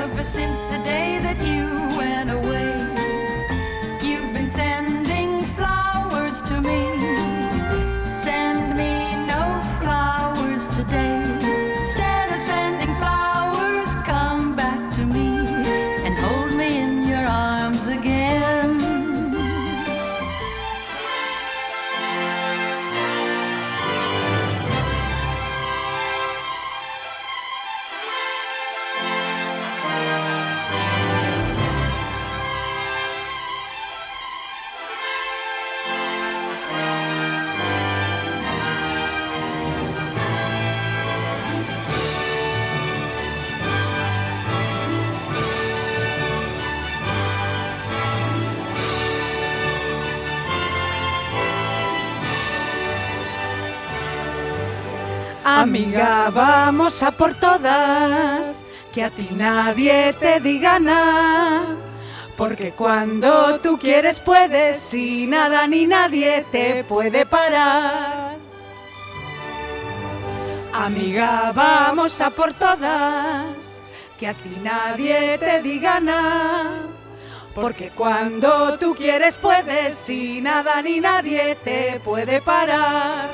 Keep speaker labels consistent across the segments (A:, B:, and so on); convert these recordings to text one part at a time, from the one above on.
A: Ever since the day that you went away, you've been sending flowers to me. Send me no flowers today. Instead of sending flowers, come back to me and hold me in your arms again.
B: Amiga, vamos a por todas, que a ti nadie te diga nada. Porque cuando tú quieres puedes y nada ni nadie te puede parar. Amiga, vamos a por todas, que a ti nadie te diga nada. Porque cuando tú quieres puedes y nada ni nadie te puede parar.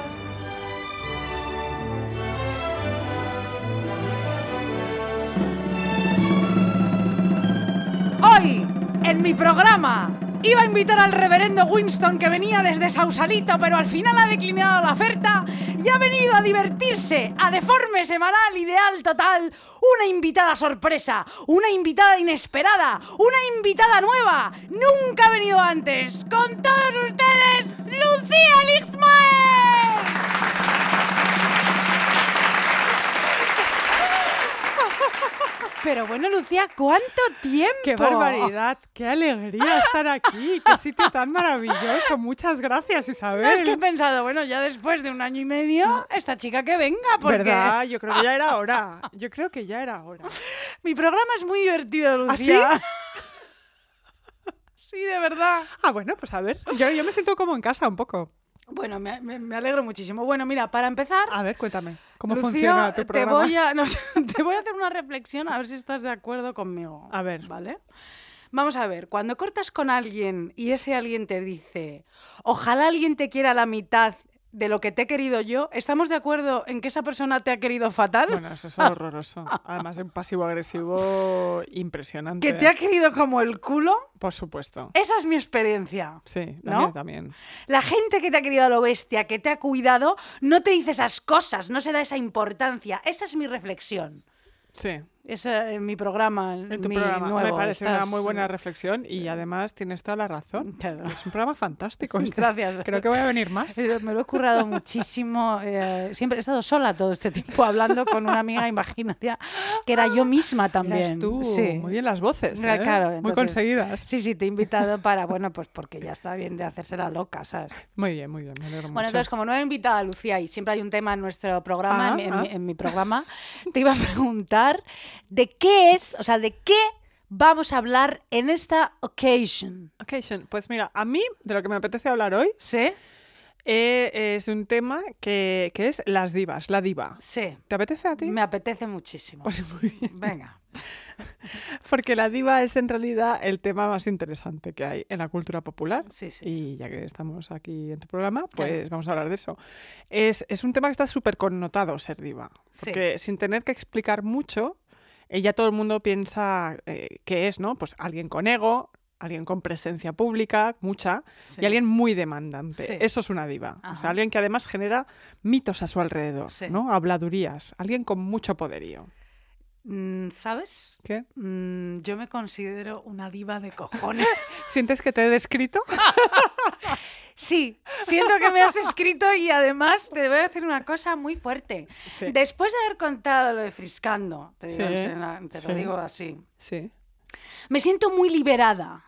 C: Hoy, en mi programa, iba a invitar al reverendo Winston que venía desde Sausalito, pero al final ha declinado la oferta y ha venido a divertirse, a deforme semanal ideal total, una invitada sorpresa, una invitada inesperada, una invitada nueva, nunca ha venido antes. Con todos ustedes, Lucía Ligtmaer. Pero bueno, Lucía, ¿cuánto tiempo?
D: ¡Qué barbaridad! ¡Qué alegría estar aquí! ¡Qué sitio tan maravilloso! Muchas gracias, Isabel.
C: No, es que he pensado, bueno, ya después de un año y medio, esta chica que venga, porque
D: ¿Verdad? Yo creo que ya era hora. Yo creo que ya era hora.
C: mi programa es muy divertido,
D: ¿Ah, sí?
C: Lucía. sí, de verdad.
D: Ah, bueno, pues a ver. Yo, yo me siento como en casa un poco.
C: Bueno, me, me- me alegro muchísimo. Bueno, mira, para empezar,
D: A ver, cuéntame. ¿Cómo
C: Lucía,
D: funciona tu
C: te
D: programa?
C: voy a no sé, te voy a hacer una reflexión a ver si estás de acuerdo conmigo.
D: A ver.
C: ¿vale? Vamos a ver, cuando cortas con alguien y ese alguien te dice, "Ojalá alguien te quiera la mitad de lo que te he querido yo", ¿estamos de acuerdo en que esa persona te ha querido fatal?
D: Bueno, eso es horroroso. Además de un pasivo-agresivo impresionante.
C: que te ha querido como el culo.
D: Por supuesto.
C: Esa es mi experiencia.
D: Sí, la
C: ¿No?
D: mía también.
C: La gente que te ha querido a lo bestia, que te ha cuidado, no te dice esas cosas, no se da esa importancia. Esa es mi reflexión.
D: Sí.
C: Esa es mi programa.
D: En tu
C: mi
D: programa me
C: nuevo.
D: parece una
C: Estás-
D: muy buena reflexión y además tienes toda la razón.
C: Claro.
D: Es un programa fantástico. este.
C: Gracias.
D: Creo que voy a venir más.
C: Sí, Me lo he currado muchísimo. eh, siempre he estado sola todo este tiempo hablando con una amiga imaginaria que era yo misma también.
D: Eras tú,
C: Sí.
D: muy bien las voces,
C: Ya,
D: ¿eh?
C: claro,
D: muy
C: entonces-
D: conseguidas.
C: Sí, sí, te he invitado para, bueno, pues porque ya está bien de hacerse la loca, ¿sabes?
D: Muy bien, muy bien, me alegro
C: Bueno,
D: mucho.
C: entonces, como nueva invitada, Lucía, y siempre hay un tema en nuestro programa, en,
D: Ah,
C: mi- en
D: ah.
C: mi, en mi programa, te iba a preguntar de qué es, o sea, de qué vamos a hablar en esta occasion.
D: Occasion, pues mira, a mí de lo que me apetece hablar hoy
C: ¿Sí?
D: eh, es un tema que, que es las divas, la diva.
C: Sí.
D: ¿Te apetece a ti?
C: Me apetece muchísimo.
D: Pues muy bien.
C: Venga.
D: Porque la diva es en realidad el tema más interesante que hay en la cultura popular.
C: Sí, sí.
D: Y ya que estamos aquí en tu programa, pues
C: Claro.
D: vamos a hablar de eso. Es, es un tema que está súper connotado ser diva.
C: Sí.
D: Porque sin tener que explicar mucho, eh, ya todo el mundo piensa eh, qué es, ¿no? Pues alguien con ego, alguien con presencia pública, mucha,
C: Sí.
D: y alguien muy demandante.
C: Sí.
D: Eso es una diva. O
C: Ajá.
D: sea, alguien que además genera mitos a su alrededor,
C: Sí.
D: ¿no? Habladurías. Alguien con mucho poderío.
C: Mm, ¿Sabes?
D: ¿Qué?
C: Mm, yo me considero una diva de cojones.
D: ¿Sientes que te he descrito?
C: Sí, siento que me has descrito y además te voy a decir una cosa muy fuerte.
D: Sí.
C: Después de haber contado lo de Friscando, te, digo,
D: Sí,
C: en serio, te lo
D: sí.
C: digo así,
D: Sí.
C: me siento muy liberada.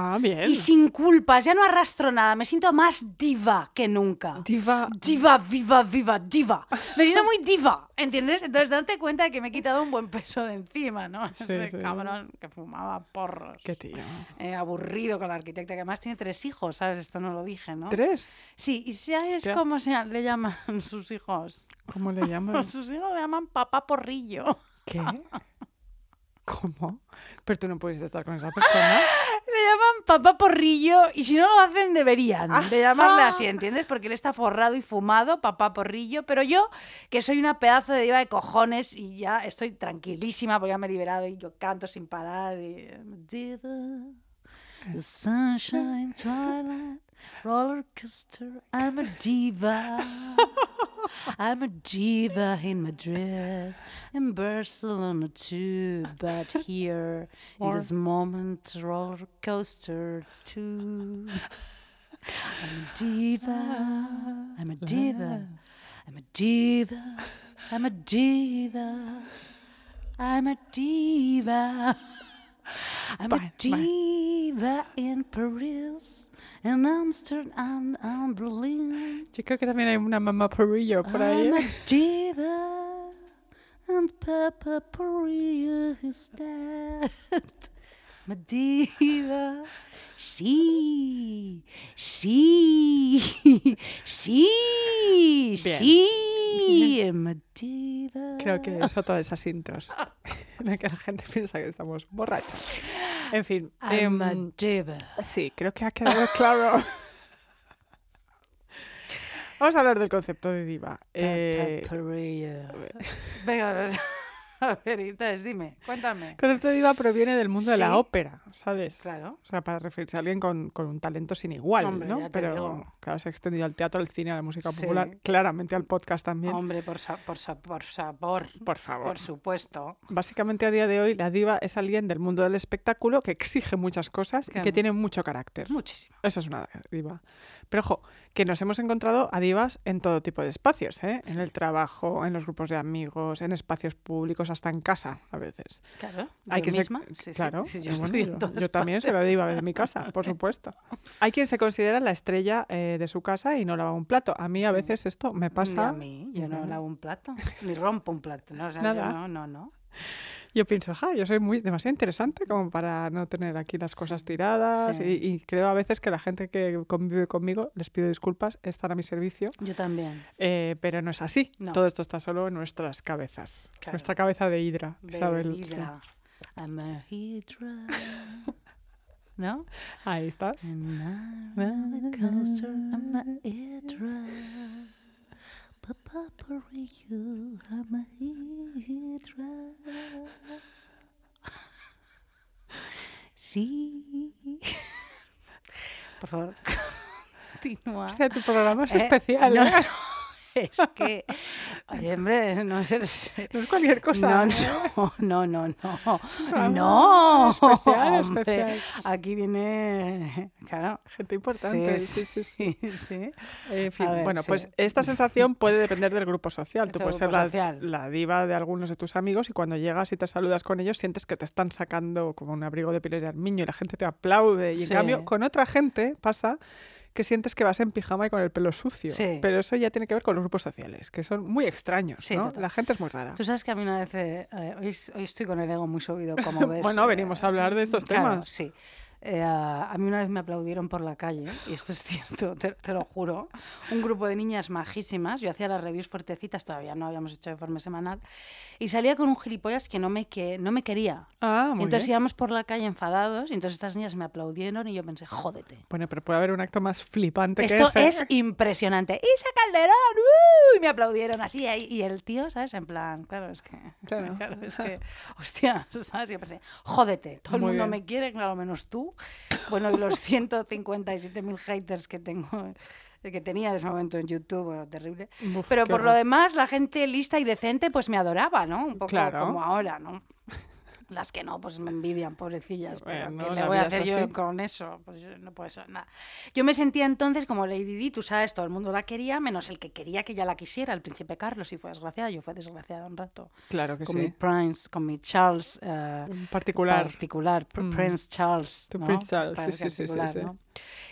D: Ah, bien.
C: Y sin culpas, ya no arrastro nada, me siento más diva que nunca.
D: Diva.
C: Diva, viva, viva, diva. Me siento muy diva, ¿entiendes? Entonces date cuenta de que me he quitado un buen peso de encima, ¿no? Ese
D: sí.
C: cabrón que fumaba porros.
D: Qué tío.
C: Eh, aburrido con la arquitecta, que además tiene tres hijos, ¿sabes? Esto no lo dije, ¿no?
D: ¿Tres?
C: Sí, y ¿sabes
D: Ya.
C: cómo se le llaman sus hijos?
D: ¿Cómo le llaman?
C: Sus hijos le llaman papá porrillo.
D: ¿Qué? ¿Cómo? Pero tú no puedes estar con esa persona.
C: Le llaman papá porrillo y si no lo hacen deberían de llamarle así, ¿entiendes? Porque él está forrado y fumado, papá porrillo, pero yo, que soy una pedazo de diva de cojones y ya estoy tranquilísima porque ya me he liberado y yo canto sin parar. Y... Diva, sunshine, twilight, roller coaster, I'm a diva. I'm a diva in Madrid, in Barcelona too, but here in this moment roller coaster too. I'm a diva, I'm a diva, I'm a diva, I'm a diva, I'm a diva. I'm a diva in Paris, in Amsterdam, and Berlin.
D: Yo creo que también hay una mamá porrillo por ahí.
C: I'm
D: ¿eh?
C: a diva, and Papa Maria is dead. I'm a diva. Sí, sí, sí,
D: Bien.
C: sí, I'm a diva.
D: Creo que es otra de esas intros en la que la gente piensa que estamos borrachos. En fin.
C: I'm a
D: em,
C: diva.
D: Sí, creo que ha quedado claro. Vamos a hablar del concepto de diva. Eh,
C: Papa Maria. Venga, a ver, entonces dime, cuéntame.
D: el concepto de diva proviene del mundo de
C: Sí.
D: la ópera, ¿sabes?
C: Claro.
D: O sea, para referirse a alguien con, con un talento sin igual,
C: Hombre,
D: ¿no?
C: ya te
D: Pero
C: digo.
D: claro, se ha extendido al teatro, al cine, a la música
C: Sí.
D: popular, claramente al podcast también.
C: Hombre, por, sa- por, sa- por sabor.
D: Por favor.
C: Por supuesto.
D: Básicamente a día de hoy la diva es alguien del mundo del espectáculo que exige muchas cosas y
C: Claro.
D: que tiene mucho carácter.
C: Muchísimo.
D: Eso es una diva. Pero ojo, que nos hemos encontrado a divas en todo tipo de espacios, ¿eh? En el trabajo, en los grupos de amigos, en espacios públicos, hasta en casa a veces.
C: Claro.
D: Hay
C: yo
D: quien se-
C: misma. Sí, sí,
D: claro,
C: sí, yo,
D: bueno,
C: estoy en
D: yo-
C: todas
D: yo también soy la
C: partes.
D: diva de mi casa, por supuesto. Hay quien se considera la estrella eh, de su casa y no lava un plato. A mí a veces esto me
C: Ni a
D: pasa.
C: mí, yo no
D: Nada.
C: lavo un plato, ni rompo un plato. No, o sea, yo
D: Nada.
C: no, no, no.
D: Yo pienso, ja, yo soy muy demasiado interesante como para no tener aquí las cosas tiradas
C: sí.
D: y, y creo a veces que la gente que convive conmigo, les pido disculpas, están a mi servicio,
C: Yo también.
D: eh, pero no es así.
C: No.
D: Todo esto está solo en nuestras cabezas.
C: Claro.
D: Nuestra cabeza de hidra, Isabel. sí.
C: Bebida. I'm a hydra. ¿No?
D: Ahí estás.
C: And I'm a coaster, I'm a hydra. Papa for you, I'm a hydra. Sí. Por favor, continúa.
D: Hostia, tu programa Este es
C: Eh,
D: especial.
C: no,
D: ¿eh?
C: no, es que, oye, hombre, no es el... se-
D: No es cualquier cosa. ¿eh?
C: No, no, no, no, no.
D: programa
C: No,
D: especial,
C: hombre,
D: especial.
C: Aquí viene, claro.
D: Gente importante. Sí, sí, sí.
C: sí.
D: En fin,
C: A ver,
D: bueno,
C: sí.
D: pues esta sensación puede depender del grupo social. Tú
C: Este
D: puedes ser
C: grupo
D: la,
C: social.
D: la diva de algunos de tus amigos y cuando llegas y te saludas con ellos sientes que te están sacando como un abrigo de pieles de armiño y la gente te aplaude. Y en
C: Sí.
D: cambio, con otra gente pasa que sientes que vas en pijama y con el pelo sucio.
C: Sí.
D: Pero eso ya tiene que ver con los grupos sociales, que son muy extraños,
C: Sí,
D: ¿no?
C: total.
D: La gente es muy rara.
C: Tú sabes que a mí una vez, eh, eh, hoy, es- hoy estoy con el ego muy subido, como ves.
D: Bueno,
C: eh,
D: venimos a hablar de estos
C: claro,
D: temas.
C: sí. Eh, a a mí una vez me aplaudieron por la calle, y esto es cierto, te, te lo juro. Un grupo de niñas majísimas, yo hacía las reviews fuertecitas, todavía no habíamos hecho de forma semanal, y salía con un gilipollas que no me, que, no me quería.
D: Ah, muy
C: entonces
D: bien.
C: íbamos por la calle enfadados, y entonces estas niñas me aplaudieron y yo pensé, jódete.
D: Bueno, pero puede haber un acto más flipante que ¿eh?
C: Esto
D: ese.
C: es impresionante. Isa Calderón, ¡uh! y me aplaudieron así. ahí. Y el tío, ¿sabes? En plan, claro, es que.
D: Claro.
C: es que. Hostia, ¿sabes? Yo pensé, jódete, todo el
D: Muy
C: mundo
D: bien.
C: me quiere, claro, menos tú. Bueno, y los 157.000 haters que tengo que tenía en ese momento en YouTube, bueno, terrible.
D: Uf,
C: Pero
D: qué
C: por lo
D: horror.
C: demás, la gente lista y decente, pues me adoraba, ¿no? Un poco
D: Claro.
C: como ahora, ¿no? Las que no, pues me envidian, pobrecillas. Pero
D: Bueno,
C: ¿qué le
D: la
C: voy a
D: vida es
C: hacer yo
D: así.
C: con eso? Pues yo no puede ser nada. Yo me sentía entonces como Lady Di, tú sabes, todo el mundo la quería, menos el que quería que ya la quisiera, el príncipe Carlos, y fue desgraciada. Yo fui desgraciada un rato.
D: Claro que
C: con mi
D: sí.
C: Prince, con mi Charles. eh,
D: En particular.
C: particular, Pr-
D: Mm.
C: Prince Charles.
D: Tu
C: ¿no?
D: Prince Charles,
C: Parece
D: sí, sí, sí, sí, sí.
C: particular, ¿no?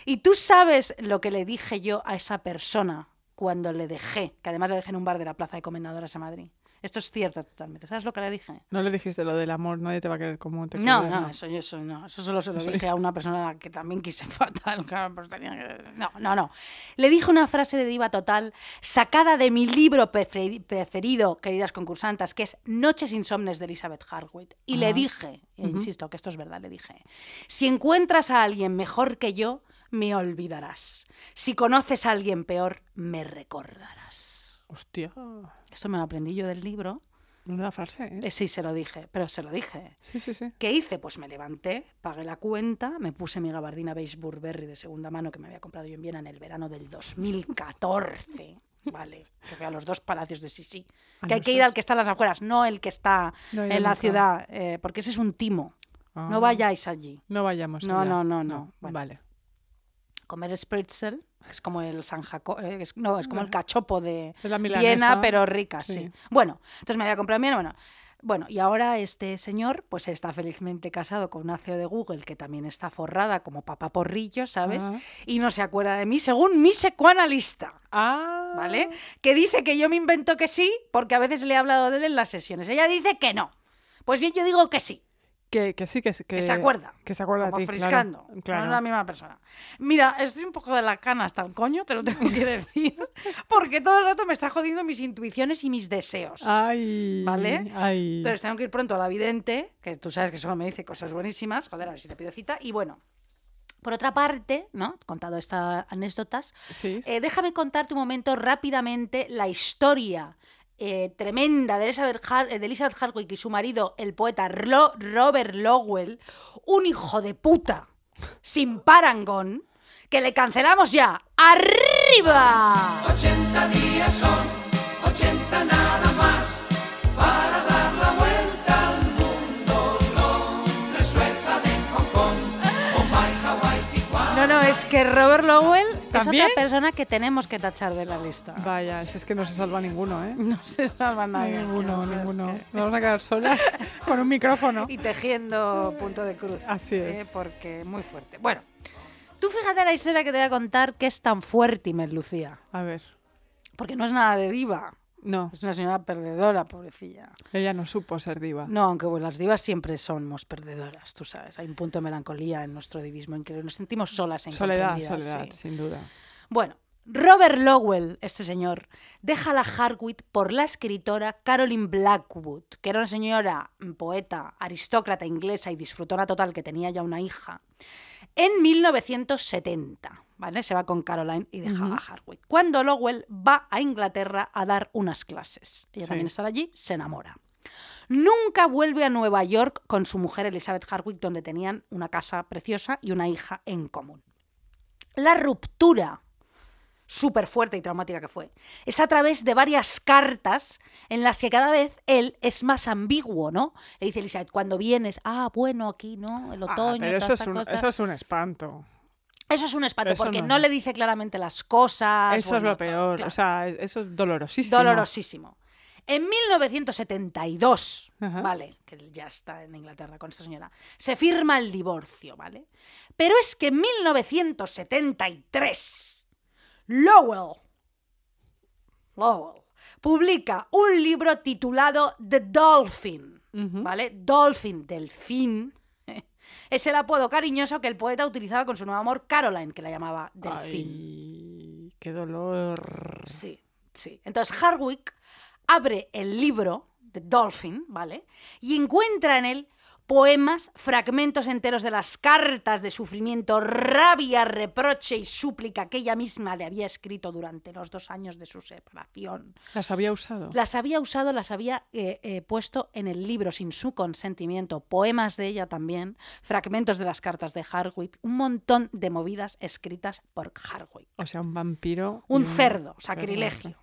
C: Y tú sabes lo que le dije yo a esa persona cuando le dejé, que además le dejé en un bar de la Plaza de Comendadoras en Madrid. Esto es cierto totalmente. ¿Sabes lo que le dije?
D: No le dijiste lo del amor, nadie te va a querer como te
C: No,
D: quiero,
C: no, eso yo eso no. Eso solo se lo
D: Eso
C: dije a una persona que también quise fatal. claro, pues tenía que- No, no, no. Le dije una frase de diva total sacada de mi libro preferi- preferido, queridas concursantas, que es Noches insomnes de Elizabeth Harwood. Y le
D: Ajá.
C: dije, e
D: Ujú.
C: insisto que esto es verdad, le dije, si encuentras a alguien mejor que yo, me olvidarás. Si conoces a alguien peor, me recordarás.
D: Hostia.
C: Esto me lo aprendí yo del libro.
D: Una frase, ¿eh?
C: Eh, Sí, se lo dije, pero se lo dije.
D: Sí, sí, sí.
C: ¿Qué hice? Pues me levanté, pagué la cuenta, me puse mi gabardina beige Burberry de segunda mano que me había comprado yo en Viena en el verano del 2014. Vale, que fui a los dos palacios de Sisi.
D: A
C: Que hay
D: los
C: que ir
D: dos.
C: al que está en las afueras, no el que está
D: No he ido
C: en la
D: nunca.
C: ciudad, eh, porque ese es un timo.
D: Ah,
C: No vayáis allí.
D: No vayamos.
C: No,
D: allá.
C: no, no, no. Bueno.
D: Vale.
C: Comer spritzel, que es como el San Jaco- eh, es- no, es como el
D: Vale.
C: cachopo de,
D: Es la milanesa.
C: Viena, pero rica, sí.
D: sí.
C: Bueno, entonces me había comprado en Viena, bueno. Bueno, y ahora este señor pues está felizmente casado con una CEO de Google que también está forrada como papá porrillo, ¿sabes?
D: Ah.
C: Y no se acuerda de mí según mi secuanalista,
D: Ah.
C: ¿vale? Que dice que yo me invento que sí porque a veces le he hablado de él en las sesiones. Ella dice que no. Pues bien, yo digo que sí.
D: Que, que sí, que, que,
C: se acuerda,
D: Que se acuerda
C: Como
D: de ti. claro,
C: friscando.
D: Claro.
C: No es la misma persona. Mira, estoy un poco de la cana hasta el coño, te lo tengo que decir. Porque todo el rato me está jodiendo mis intuiciones y mis deseos.
D: Ah, Ay.
C: ¿Vale?
D: Ay.
C: Entonces tengo que ir pronto a la vidente, que tú sabes que solo me dice cosas buenísimas. Joder, a ver si te pido cita. Y bueno, por otra parte, ¿no? Contado estas anécdotas,
D: sí. sí.
C: eh, déjame contarte un momento rápidamente la historia eh, tremenda de Elizabeth, Har- de Elizabeth Hardwick y su marido, el poeta Ro- Robert Lowell, un hijo de puta sin parangón, que le cancelamos ya. ¡Arriba!
E: 80 días son, 80 nada más, para dar la vuelta al mundo. Londres, Suecia de Hong Kong, Bombay, Hawái, Tijuana.
C: No, no, es que Robert Lowell es
D: ¿También?
C: otra persona que tenemos que tachar de la lista.
D: Vaya, si es que no se salva ninguno, ¿eh?
C: No se salva nadie.
D: ninguno,
C: aquí, o sea, es
D: ninguno.
C: que-
D: Nos vamos a quedar solas con un micrófono.
C: Y tejiendo punto de cruz.
D: Así
C: ¿eh?
D: es.
C: Porque muy fuerte. Bueno, tú fíjate la historia que te voy a contar que es tan fuerte, Imer Lucía.
D: A ver.
C: Porque no es nada de diva.
D: No,
C: Es una señora perdedora, pobrecilla.
D: ella no supo ser diva.
C: No, aunque bueno, las divas siempre somos perdedoras, tú sabes. Hay un punto de melancolía en nuestro divismo en que nos sentimos solas e en
D: soledad, soledad, sin duda.
C: Bueno, Robert Lowell, este señor, deja la Harwood por la escritora Caroline Blackwood, que era una señora mm, poeta, aristócrata inglesa y disfrutona total que tenía ya una hija, en 1970. ¿Vale? Se va con Caroline y deja
D: Ujú.
C: a Harwood. Cuando Lowell va a Inglaterra a dar unas clases, ella
D: Sí.
C: también estará allí, se enamora. Nunca vuelve a Nueva York con su mujer Elizabeth Harwick, donde tenían una casa preciosa y una hija en común. La ruptura, súper fuerte y traumática que fue, es a través de varias cartas en las que cada vez él es más ambiguo, ¿no? Le dice Elizabeth, cuando vienes, ah, bueno, aquí, ¿no? El
D: Ah,
C: otoño,
D: pero
C: toda
D: eso es,
C: esta
D: un,
C: cosa".
D: eso es un espanto.
C: Eso es un espanto,
D: eso
C: porque no.
D: no.
C: le dice claramente las cosas.
D: eso es
C: bueno,
D: lo
C: todo,
D: peor.
C: Ah, claro.
D: O sea, e- eso es dolorosísimo.
C: Dolorosísimo. En 1972,
D: Ajá.
C: ¿vale? Que ya está en Inglaterra con esta señora, se firma el divorcio, ¿vale? Pero es que en 1973, Lowell, Lowell publica un libro titulado The Dolphin,
D: Ujú.
C: ¿vale? Dolphin, delfín. Es el apodo cariñoso que el poeta utilizaba con su nuevo amor Caroline, que la llamaba Delfín.
D: Ay, qué dolor.
C: Sí, sí. Entonces Hardwick abre el libro de Dolphin, ¿vale? Y encuentra en él poemas, fragmentos enteros de las cartas de sufrimiento, rabia, reproche y súplica que ella misma le había escrito durante los dos años de su separación.
D: Las había usado.
C: Las había usado, las había eh, eh, puesto en el libro sin su consentimiento, poemas de ella también, fragmentos de las cartas de Hardwick, un montón de movidas escritas por Hardwick
D: O sea, un vampiro. y
C: un cerdo, sacrilegio.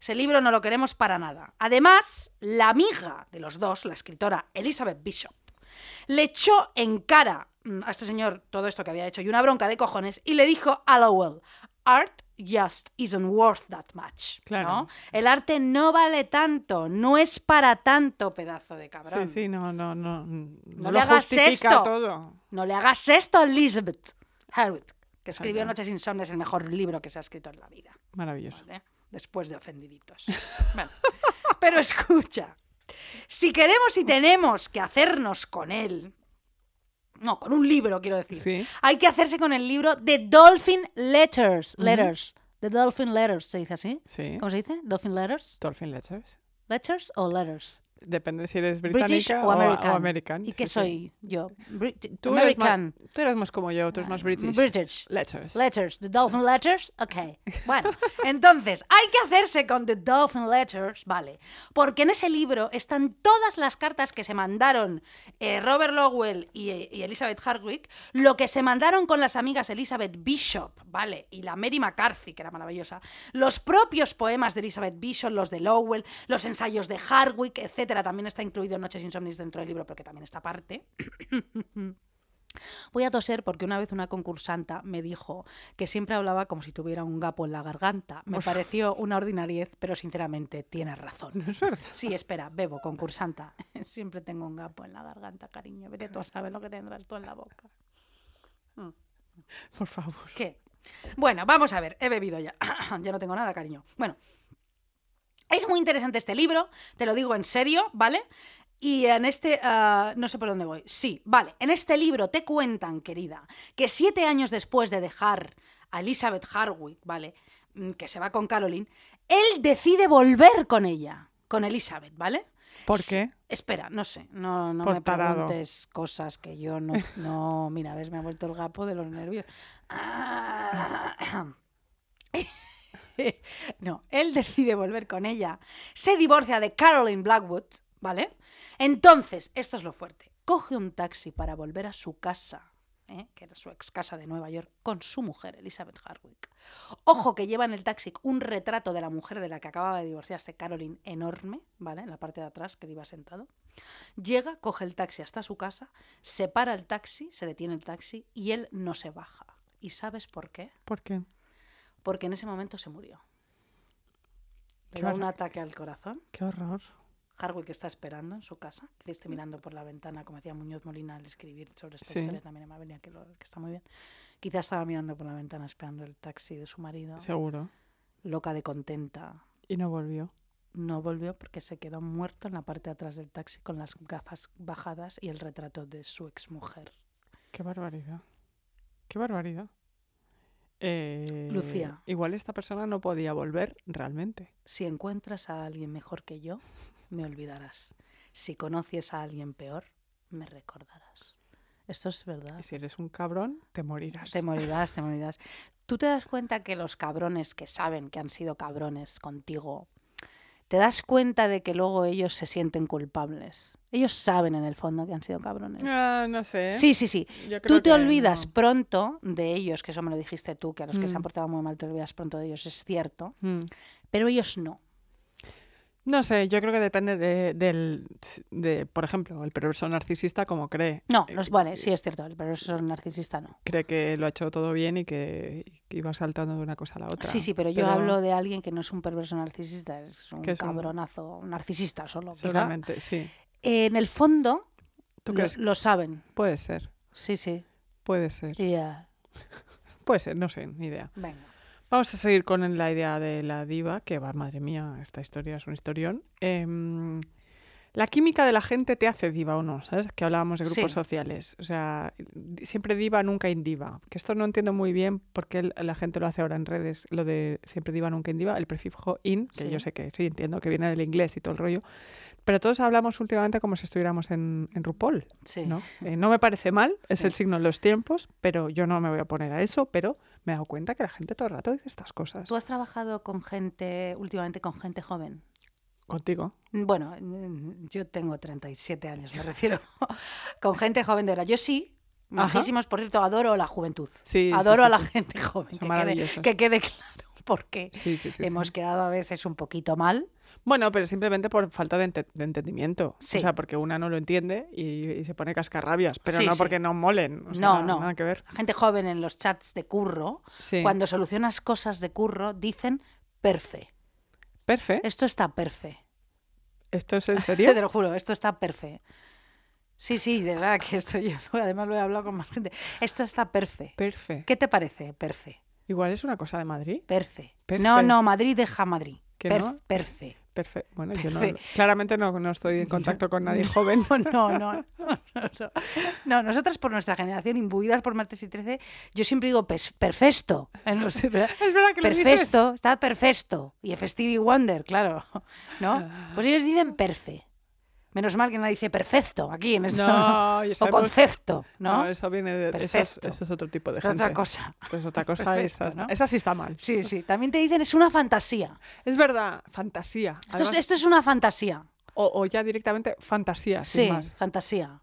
C: Ese libro no lo queremos para nada. Además, la amiga de los dos, la escritora Elizabeth Bishop, le echó en cara mm, a este señor todo esto que había hecho y una bronca de cojones y le dijo a Lowell, art just isn't worth that much.
D: Claro.
C: ¿no? El arte no vale tanto, no es para tanto pedazo de cabrón.
D: Sí, sí, no, no, no. No,
C: le
D: lo
C: hagas
D: justifica
C: esto.
D: todo.
C: No le hagas esto, Elizabeth Harriet, que escribió
D: Exacto.
C: Noches Insomnes, el mejor libro que se ha escrito en la vida.
D: Maravilloso.
C: ¿vale? Después de ofendiditos. Bueno, pero escucha, si queremos y tenemos que hacernos con él, no, con un libro quiero decir,
D: Sí.
C: hay que hacerse con el libro The Dolphin Letters, Letters, The Dolphin Letters, ¿se dice así?
D: Sí.
C: ¿Cómo se dice? Dolphin Letters,
D: Dolphin Letters.
C: Letters o Letters,
D: Depende si eres
C: British
D: británica
C: o American.
D: american, sí,
C: ¿Y qué
D: sí.
C: soy yo? Brit-
D: Tú eres,
C: American.
D: más, tú eres más como yo, tú eres más British.
C: British.
D: Letters.
C: Letters, The Dolphin Letters, ok. Bueno, entonces, hay que hacerse con The Dolphin Letters, vale. Porque en ese libro están todas las cartas que se mandaron eh, Robert Lowell y, eh, y Elizabeth Hardwick, lo que se mandaron con las amigas Elizabeth Bishop, vale, y la Mary McCarthy, que era maravillosa, los propios poemas de Elizabeth Bishop, los de Lowell, los ensayos de Hardwick, etcétera. También está incluido Noches Insomnis dentro del libro, porque también está aparte. Voy a toser porque una vez una concursanta me dijo que siempre hablaba como si tuviera un gapo en la garganta. Me pareció una ordinariez, pero sinceramente tienes razón. Sí, espera, bebo, concursanta. Siempre tengo un gapo en la garganta, cariño. Vete tú a saber lo que tendrás tú en la boca.
D: Por favor.
C: ¿Qué? Bueno, vamos a ver, he bebido ya. ya no tengo nada, cariño. Bueno, es muy interesante este libro, te lo digo en serio, ¿vale? Y en este, ah, no sé por dónde voy. Sí, vale, en este libro te cuentan, querida, que siete años después de dejar a Elizabeth Harwick, ¿vale? Mm, Que se va con Caroline, él decide volver con ella, con Elizabeth, ¿vale?
D: ¿Por
C: Sí,
D: qué?
C: Espera, no sé, no, no
D: Por
C: me
D: tarado.
C: preguntes cosas que yo no... No, mira, ves, me ha vuelto el gapo de los nervios. No, él decide volver con ella. Se divorcia de Caroline Blackwood, ¿vale? Entonces, esto es lo fuerte. Coge un taxi para volver a su casa, ¿eh? que era su ex casa de Nueva York, con su mujer, Elizabeth Hardwick. Ojo que lleva en el taxi un retrato de la mujer de la que acababa de divorciarse Caroline, enorme, ¿vale? En la parte de atrás que él iba sentado. Llega, coge el taxi hasta su casa, se para el taxi, se detiene el taxi y él no se baja. ¿Y sabes por qué?
D: ¿Por qué?
C: Porque en ese momento se murió. Le
D: Qué
C: da un
D: barra-
C: ataque al corazón.
D: Qué horror.
C: Harwick está esperando en su casa. Le está mirando por la ventana, como hacía Muñoz Molina al escribir sobre esta
D: Sí.
C: historia también en Mabel, que, lo- que está muy bien. Quizás estaba mirando por la ventana esperando el taxi de su marido,
D: Seguro.
C: loca de contenta.
D: Y no volvió.
C: No volvió porque se quedó muerto en la parte de atrás del taxi con las gafas bajadas y el retrato de su exmujer.
D: Qué barbaridad. Qué barbaridad. Eh,
C: Lucía.
D: Igual esta persona no podía volver realmente.
C: Si encuentras a alguien mejor que yo, me olvidarás. Si conoces a alguien peor, me recordarás. Esto es verdad.
D: Y si eres un cabrón, te morirás.
C: Ah. Te morirás, te morirás. ¿Tú te das cuenta que los cabrones que saben que han sido cabrones contigo, te das cuenta de que luego ellos se sienten culpables? Ellos saben en el fondo que han sido cabrones.
D: Ah, no sé.
C: Sí, sí, sí.
D: Yo creo
C: Tú te
D: que
C: olvidas
D: no.
C: pronto de ellos, que eso me lo dijiste tú, que a los que se
D: Mm.
C: han portado muy mal te olvidas pronto de ellos, es cierto,
D: Mm.
C: pero ellos no.
D: No sé, yo creo que depende de, del, de, por ejemplo, el perverso narcisista como cree.
C: No,
D: Eh,
C: no es vale, sí es cierto, pero eso es narcisista, no.
D: Cree que lo ha hecho todo bien y que, y que iba saltando de una cosa a la otra.
C: Sí, sí, pero yo hablo de alguien que no es un perverso narcisista, es un
D: Que es un-
C: cabronazo narcisista solo. quizá.
D: Seguramente, sí.
C: En el fondo,
D: ¿Tú
C: lo,
D: crees? que
C: lo saben.
D: Puede ser,
C: Sí, sí.
D: puede ser.
C: Ya.
D: Puede ser, no sé, ni idea.
C: Venga.
D: Vamos a seguir con la idea de la diva, que va, madre mía, esta historia es un historión. Em, la química de la gente te hace diva o no, ¿sabes? Que hablábamos de grupos
C: Sí.
D: sociales. O sea, di- siempre diva, nunca indiva. Que esto no entiendo muy bien por qué el- la gente lo hace ahora en redes, lo de siempre diva, nunca indiva. El prefijo in, que
C: Sí.
D: yo sé que sí, entiendo que viene del inglés y todo el rollo. Pero todos hablamos últimamente como si estuviéramos en, en RuPaul.
C: Sí.
D: ¿no? Eh, no me parece mal, es
C: Sí.
D: el signo de los tiempos, pero yo no me voy a poner a eso, pero me he dado cuenta que la gente todo el rato dice estas cosas.
C: ¿Tú has trabajado con gente, últimamente con gente joven?
D: Contigo.
C: Bueno, mm, yo tengo 37 años, me refiero. con gente joven de verdad. Yo sí.
D: Ajá.
C: Majísimos, por cierto, adoro a la juventud.
D: Sí, sí,
C: adoro
D: sí,
C: a la
D: sí.
C: gente joven.
D: Son
C: Que quede,
D: maravillosos.
C: que quede claro por qué.
D: Sí, sí, sí. sí.
C: Hemos quedado a veces un poquito mal,
D: Bueno, pero simplemente por falta de, ente- de entendimiento.
C: Sí.
D: O sea, porque una no lo entiende y, y se pone cascarrabias, pero
C: Sí,
D: no
C: sí.
D: porque no molen. o sea,
C: no, no.
D: Nada que ver.
C: La gente joven en los chats de curro,
D: Sí.
C: cuando solucionas cosas de curro, dicen perfe.
D: Perfe.
C: Esto está perfe.
D: ¿Esto es en serio?
C: Te lo juro, esto está perfe. Sí, sí, de verdad que esto yo lo- además lo he hablado con más gente. Esto está perfe.
D: Perfe.
C: ¿Qué te parece? Perfe.
D: Igual es una cosa de Madrid.
C: Perfe.
D: Perfe.
C: No, no, Madrid deja Madrid.
D: ¿Que
C: Perf-
D: no?
C: Perfe.
D: Perfe. Bueno, yo no,
C: Perfe.
D: claramente no, no estoy en contacto con nadie joven.
C: No, no, no, no, no. No, nosotras por nuestra generación, imbuidas por martes y 13, yo siempre digo pes- perfecto. En los, es
D: verdad que lo dices.
C: Perfecto, está perfecto. Y Festive Wonder, claro. ¿No?
D: Ah.
C: Pues ellos dicen perfe. Menos mal que nadie dice perfecto aquí en esto.
D: No, ya
C: o
D: sabemos-
C: concepto, ¿no?
D: Ah, eso viene de. Eso es,
C: Perfecto.
D: eso es otro tipo de
C: Es
D: gente.
C: otra cosa.
D: Esto es otra cosa.
C: Perfecto,
D: esta está-
C: ¿no?
D: Esa sí está mal.
C: Sí, sí. También te dicen es una fantasía.
D: Es verdad, fantasía.
C: Esto, es,
D: Además,
C: esto es una fantasía.
D: o, o ya directamente fantasía,
C: Sí,
D: sin más.
C: fantasía.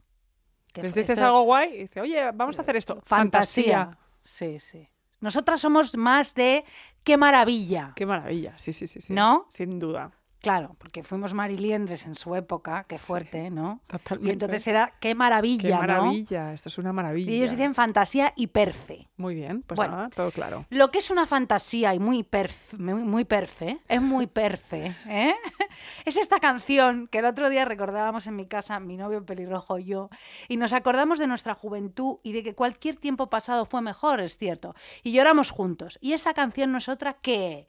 C: Que
D: Les
C: fue-
D: dices
C: eso-
D: algo guay y dices, oye, vamos a hacer esto. Fantasía.
C: Fantasía. Sí, sí. Nosotras somos más de qué maravilla.
D: Qué maravilla, sí, sí, sí. sí.
C: ¿No?
D: Sin duda.
C: Claro, porque fuimos mariliendres en su época, qué fuerte, ¿no?
D: totalmente.
C: Y entonces era qué maravilla,
D: Qué
C: ¿no?
D: maravilla, esto es una maravilla.
C: Y ellos dicen fantasía y perfe.
D: Muy bien, pues
C: Bueno.
D: nada, todo claro.
C: Lo que es una fantasía y muy perfe, muy, muy perfe, es muy perfe, ¿eh? Es esta canción que el otro día recordábamos en mi casa, mi novio pelirrojo y yo, y nos acordamos de nuestra juventud y de que cualquier tiempo pasado fue mejor, es cierto, y lloramos juntos. Y esa canción no es otra que...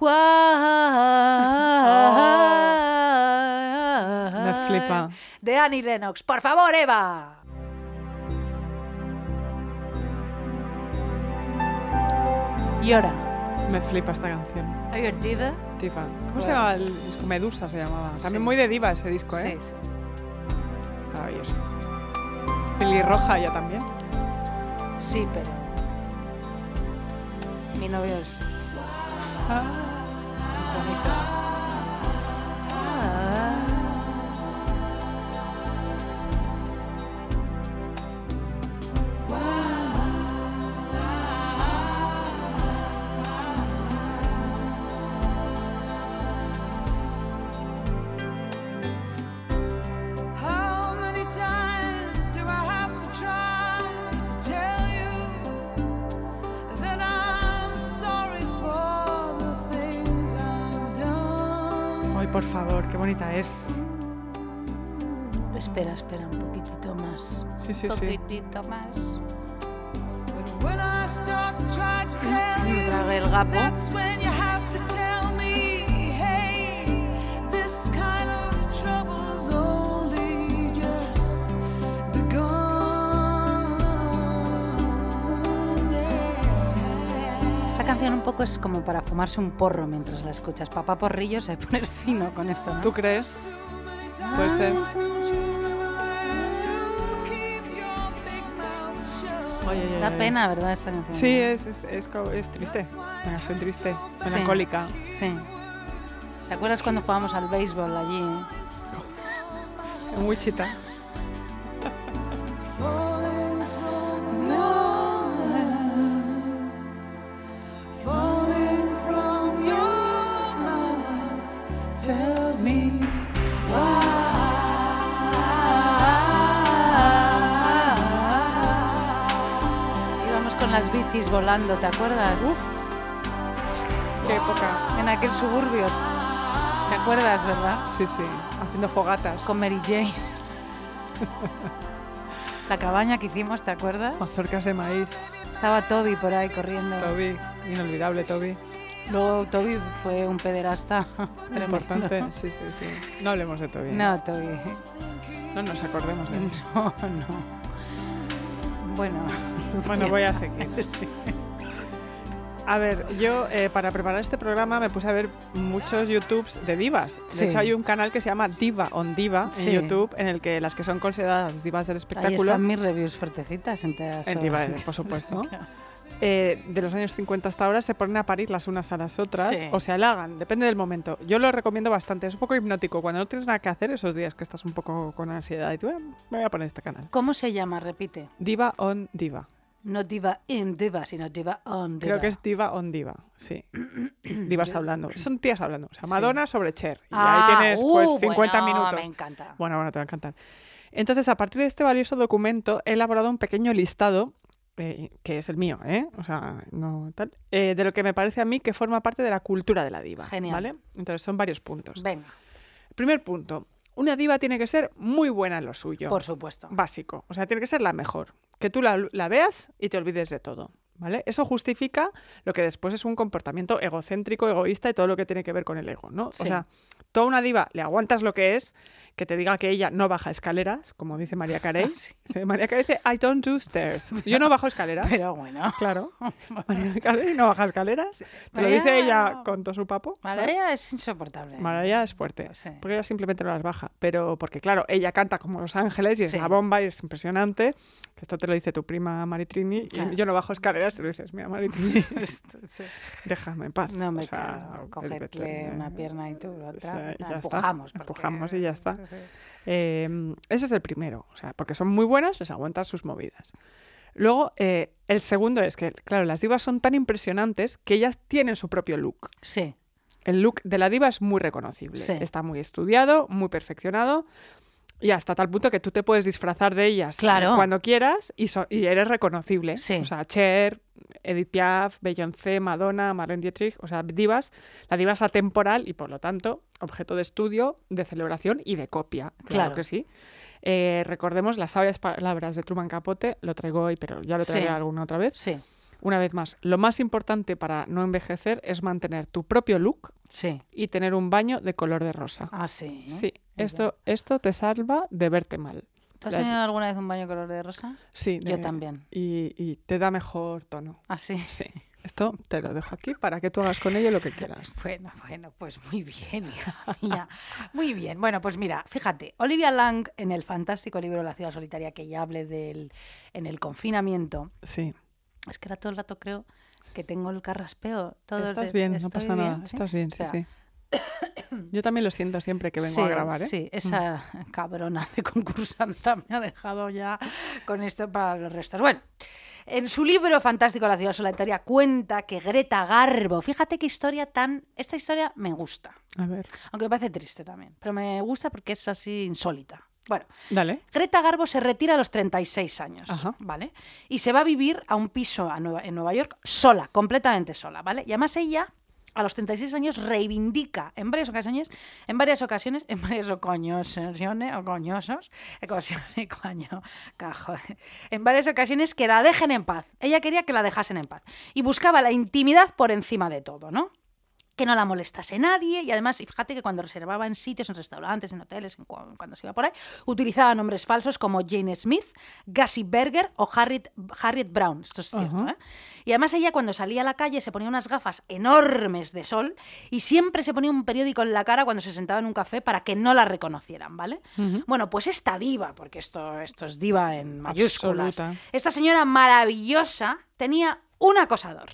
C: Me
D: flipa.
C: De Annie Lennox. Por favor, Eva. Y ahora,
D: Me flipa esta canción.
C: ¿Are you a diva?
D: Tifa. ¿Cómo
C: Bueno.
D: se llamaba el disco? Medusa se llamaba. También
C: Sí.
D: muy de diva ese disco, ¿eh?
C: Sí, sí.
D: Maravilloso. Pelirroja ya también.
C: Sí, pero. Mi novio es. Ah. es bonito. Ah.
F: How many times do I have to try to tell you that I'm sorry for the things I've done?
D: Ay, por favor, qué bonita es.
C: Espera, espera, un poquitito más.
D: Sí, sí,
C: Un
D: sí.
C: poquitito más.
F: But when I start to try to tell
C: Me tragué el
F: you,
C: gapo.
F: that's when you have to tell me, hey, this kind of trouble's only just begun. Yeah.
C: Esta canción un poco es como para fumarse un porro mientras la escuchas. Papá Porrillo se pone fino con esto. ¿no?
D: ¿Tú crees? Puede ser. Ay, ay, ay,
C: Da
D: ay.
C: pena, ¿verdad? Esta canción.
D: Sí, es, es, es, co- es triste. Una canción triste, melancólica.
C: Sí. ¿Te acuerdas cuando jugábamos al béisbol allí? eh?
D: En Wichita.
F: Tell me
C: Íbamos con las bicis volando, ¿te acuerdas?
D: Qué época.
C: En aquel suburbio. ¿Te acuerdas, verdad?
D: Sí, sí. Haciendo fogatas.
C: Con Mary Jane. La cabaña que hicimos, ¿te acuerdas?
D: Mazorcas de maíz.
C: Estaba Toby por ahí corriendo.
D: Toby. Inolvidable, Toby.
C: Luego Toby fue un pederasta tremendo.
D: Importante. Sí, sí, sí. No hablemos de Toby. ¿eh?
C: No, Toby.
D: No nos acordemos de él.
C: No, no. Bueno.
D: Bueno, voy a seguir.
C: Sí.
D: A ver, yo eh, para preparar este programa me puse a ver muchos YouTubes de divas. De
C: Sí.
D: hecho, hay un canal que se llama Diva on Diva
C: Sí.
D: en YouTube, en el que las que son consideradas divas del
C: Ahí
D: espectáculo,
C: están mis reviews fuertecitas. enteras
D: En
C: todas.
D: diva, eh, por supuesto. eh, de los años 50 hasta ahora, se ponen a parir las unas a las otras
C: Sí.
D: o se halagan, depende del momento. Yo lo recomiendo bastante, es un poco hipnótico. Cuando no tienes nada que hacer esos días que estás un poco con ansiedad y tú, "Eh, me voy a poner este canal.
C: ¿Cómo se llama? Repite.
D: Diva on Diva.
C: No diva in diva, sino diva on diva.
D: Creo que es diva on diva, sí. Divas hablando. Son tías hablando. O sea, Madonna sobre Cher. Y ahí
C: Ah,
D: tienes pues
C: uh,
D: 50
C: bueno,
D: minutos.
C: me encanta.
D: Bueno, bueno, te va a encantar. Entonces, a partir de este valioso documento, he elaborado un pequeño listado, eh, que es el mío, ¿eh? O sea, no tal, eh, de lo que me parece a mí que forma parte de la cultura de la diva.
C: Genial.
D: ¿Vale? Entonces, son varios puntos.
C: Venga,
D: Primer punto. Una diva tiene que ser muy buena en lo suyo.
C: por supuesto.
D: Básico. O sea, tiene que ser la mejor. Que tú la, la veas y te olvides de todo. ¿Vale? Eso justifica lo que después es un comportamiento egocéntrico, egoísta y todo lo que tiene que ver con el ego, ¿no?
C: Sí.
D: O sea, toda una diva le aguantas lo que es, que te diga que ella no baja escaleras, como dice María Carey. Dice, María Carey dice, I don't do stairs. Yo no bajo escaleras.
C: Pero bueno.
D: Claro. María Carey no baja escaleras. Te lo
C: María-
D: dice ella con todo su papo. ¿sabes?
C: Maravilla es insoportable.
D: Mariah es fuerte,
C: Sí.
D: porque ella simplemente no las baja. Pero porque, claro, ella canta como Los Ángeles y es
C: Sí.
D: la bomba y es impresionante. que Esto te lo dice tu prima Maritrini. y
C: Claro.
D: yo no bajo escaleras, te lo dices, mira, Maritrini,
C: Sí.
D: déjame en paz.
C: No me
D: O sea,
C: claro,
D: vete,
C: cogerle
D: eh,
C: una pierna y tú la
D: o
C: otra.
D: sea,
C: la
D: ya está,
C: empujamos. porque-
D: empujamos y ya está. Eh, ese es el primero, o sea, porque son muy buenas, les aguantas sus movidas. Luego, eh, el segundo es que, claro, las divas son tan impresionantes que ellas tienen su propio look.
C: Sí,
D: El look de la diva es muy reconocible.
C: Sí.
D: Está muy estudiado, muy perfeccionado. Y hasta tal punto que tú te puedes disfrazar de ellas
C: Claro.
D: cuando quieras y, so- y eres reconocible.
C: Sí.
D: O sea, Cher, Edith Piaf, Beyoncé, Madonna, Marlene Dietrich, o sea, divas. La diva es atemporal y por lo tanto objeto de estudio, de celebración y de copia. Claro,
C: Claro.
D: que sí. Eh, recordemos las sabias palabras de Truman Capote, lo traigo hoy, pero ya lo
C: Sí.
D: traeré alguna otra vez.
C: sí,
D: Una vez más, lo más importante para no envejecer es mantener tu propio look,
C: sí.
D: y tener un baño de color de rosa.
C: Ah, sí. ¿eh?
D: sí, esto, esto te salva de verte mal.
C: ¿Tú has
D: Las-
C: tenido alguna vez un baño color de rosa?
D: Sí,
C: Yo
D: de-
C: también.
D: Y, y te da mejor tono.
C: Ah, sí.
D: Sí. Esto te lo dejo aquí para que tú hagas con ello lo que quieras.
C: Bueno, bueno, pues muy bien, hija mía. Muy bien. Bueno, pues mira, fíjate, Olivia Lang en el fantástico libro La ciudad solitaria que ya hablé del en el confinamiento.
D: Sí.
C: Es que era todo el rato creo que tengo el carraspeo. Todo el
D: estás
C: de-
D: bien, no
C: estoy
D: pasa nada.
C: bien, ¿sí?
D: Estás bien,
C: O
D: sí,
C: sea,
D: sí. Yo también lo siento siempre que vengo a
C: sí,
D: grabar, ¿eh?
C: Sí, esa cabrona de concursanta me ha dejado ya con esto para los restos. Bueno, en su libro fantástico La ciudad solitaria cuenta que Greta Garbo, fíjate qué historia tan... Esta historia me gusta,
D: A ver.
C: aunque me parece triste también, pero me gusta porque es así insólita. Bueno,
D: Dale.
C: Greta Garbo se retira a los 36 años,
D: Ajá.
C: ¿vale? Y se va a vivir a un piso a Nueva- en Nueva York sola, completamente sola, ¿vale? Y además ella, a los 36 años, reivindica en varias ocasiones, en varias ocasiones, en varias ocasiones, o coñosos, ocasiones, coño, ca- joder, en varias ocasiones que la dejen en paz. Ella quería que la dejasen en paz. Y buscaba la intimidad por encima de todo, ¿no? que no la molestase nadie y además y fíjate que cuando reservaba en sitios, en restaurantes, en hoteles, en cu- cuando se iba por ahí, utilizaba nombres falsos como Jane Smith, Gussie Berger o Harriet, Harriet Brown. Esto es cierto.
D: Ajá.
C: ¿eh? Y además ella cuando salía a la calle se ponía unas gafas enormes de sol y siempre se ponía un periódico en la cara cuando se sentaba en un café para que no la reconocieran, ¿vale? Bueno, pues esta diva, porque esto, esto es diva en mayúsculas,
D: Absoluta.
C: esta señora maravillosa tenía un acosador.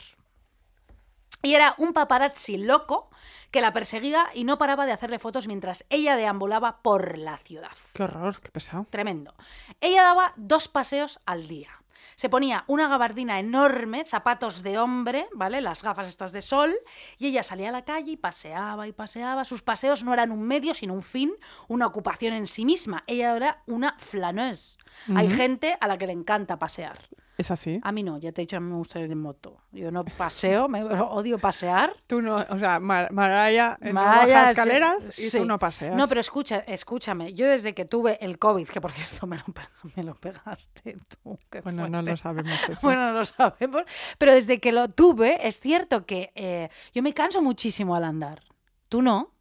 C: Y era un paparazzi loco que la perseguía y no paraba de hacerle fotos mientras ella deambulaba por la ciudad.
D: Qué horror, qué pesado.
C: Tremendo. Ella daba dos paseos al día. Se ponía una gabardina enorme, zapatos de hombre, ¿vale? Las gafas estas de sol, y ella salía a la calle y paseaba y paseaba. Sus paseos no eran un medio, sino un fin, una ocupación en sí misma. Ella era una flaneuse. Hay Ah. gente a la que le encanta pasear.
D: Es así.
C: A mí no, ya te he dicho, a mí me gusta ir en moto. Yo no paseo, me odio pasear.
D: Tú no, o sea, Mar- Maraya eh, no
C: Vaya,
D: baja
C: sí,
D: escaleras y
C: sí.
D: tú no paseas.
C: No, pero escucha, escúchame. Yo desde que tuve el COVID, que por cierto me lo, pe- me lo pegaste tú. qué
D: Bueno, no
C: fuerte.
D: lo sabemos eso.
C: Bueno, no lo sabemos. Pero desde que lo tuve, es cierto que eh, yo me canso muchísimo al andar. ¿Tú no?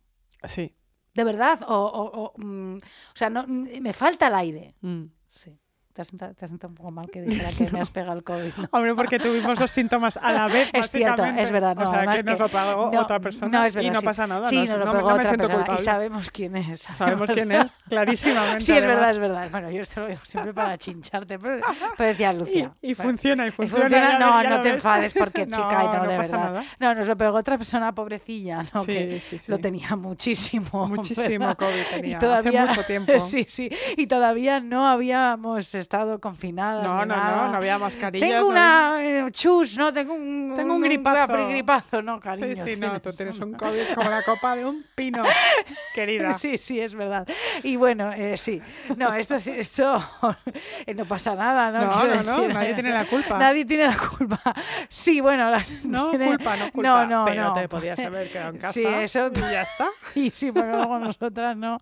D: Sí.
C: ¿De verdad? O, o- o, mm, o sea, no, mm, me falta el aire.
D: Mm.
C: Sí. Te has sentado, te has sentado un poco mal que dijera que me has pegado el COVID. ¿no?
D: Hombre, porque tuvimos los síntomas a la vez.
C: Es cierto,
D: básicamente.
C: es verdad. No,
D: o sea,
C: además
D: que nos lo pagó
C: no,
D: otra persona.
C: no, es verdad,
D: y no
C: sí.
D: pasa nada.
C: Sí,
D: no,
C: nos lo
D: no me-
C: pagó
D: no me
C: otra
D: siento
C: persona,
D: culpable.
C: Y sabemos quién es.
D: Sabemos quién es, clarísimamente.
C: Sí, es verdad, es
D: además.
C: verdad. Bueno, yo esto lo digo siempre para chincharte, pero, pero decía Lucia.
D: Y, y
C: bueno.
D: funciona, y
C: Y
D: funciona. ya
C: no,
D: ves, ya
C: no
D: lo
C: te
D: ves.
C: enfades porque
D: No,
C: chica y no,
D: no
C: de
D: pasa
C: verdad.
D: nada.
C: No, nos lo pegó otra persona pobrecilla, ¿no?
D: Sí,
C: que
D: sí, sí.
C: lo tenía muchísimo.
D: Muchísimo
C: ¿verdad?
D: COVID
C: Y
D: tenía, hace
C: todavía,
D: mucho tiempo.
C: sí, sí. Y todavía no habíamos estado confinadas.
D: No,
C: ni
D: no,
C: nada.
D: no, no había mascarillas.
C: Tengo
D: no-
C: una eh, chus, ¿no? Tengo un,
D: Tengo un gripazo.
C: grapri- gripazo, no, cariño.
D: Sí, sí, no, tú tienes un
C: una-
D: COVID como la copa de un pino, querida.
C: Sí, sí, es verdad. Y bueno, eh, sí. No, esto, sí- esto eh, no pasa nada, ¿no?
D: No, no,
C: Quiero
D: no,
C: decir, eh,
D: nadie
C: o
D: tiene
C: sea,
D: la culpa.
C: Nadie tiene la culpa. Sí, bueno, la
D: No,
C: tiene-
D: culpa, no culpa.
C: No, no,
D: pero
C: no.
D: te podías haber quedado en casa.
C: Sí, eso-
D: Y ya está.
C: Y sí, pero luego nosotras no.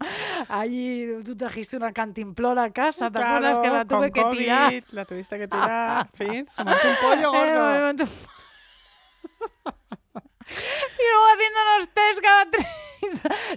C: Allí tú trajiste una cantimplora a casa, ¿te acuerdas que la
D: Claro, con
C: tuve que
D: COVID,
C: tirar?
D: La tuviste que tirar. En fin, se montó un pollo
C: Eh,
D: gordo.
C: bueno, tú- y luego haciéndonos test cada 30.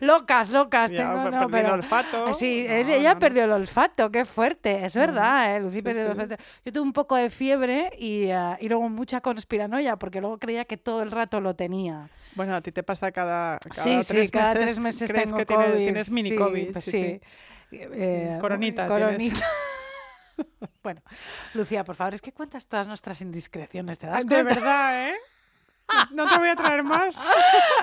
C: Locas, locas.
D: Ya,
C: tengo,
D: per-
C: no,
D: perdiendo
C: pero-
D: olfato.
C: Ah, Sí,
D: No,
C: él- ella
D: no, no.
C: perdió el olfato, qué fuerte, es verdad, ¿eh? Lucy
D: sí,
C: perdió el
D: sí.
C: olfato. Yo tuve un poco de fiebre y, ah, y luego mucha conspiranoia, porque luego creía que todo el rato lo tenía.
D: Bueno, a ti te pasa cada, cada
C: sí,
D: tres meses.
C: sí, cada tres meses
D: crees
C: tengo
D: que
C: COVID.
D: tienes, tienes mini
C: sí,
D: COVID.
C: pues
D: sí, Ah,
C: sí.
D: sí.
C: Eh,
D: Coronita tienes.
C: Coronita. bueno, Lucía, por favor, es que cuentas todas nuestras indiscreciones, ¿te das
D: Ah,
C: cuenta?
D: De verdad, ¿eh? No te voy a traer más.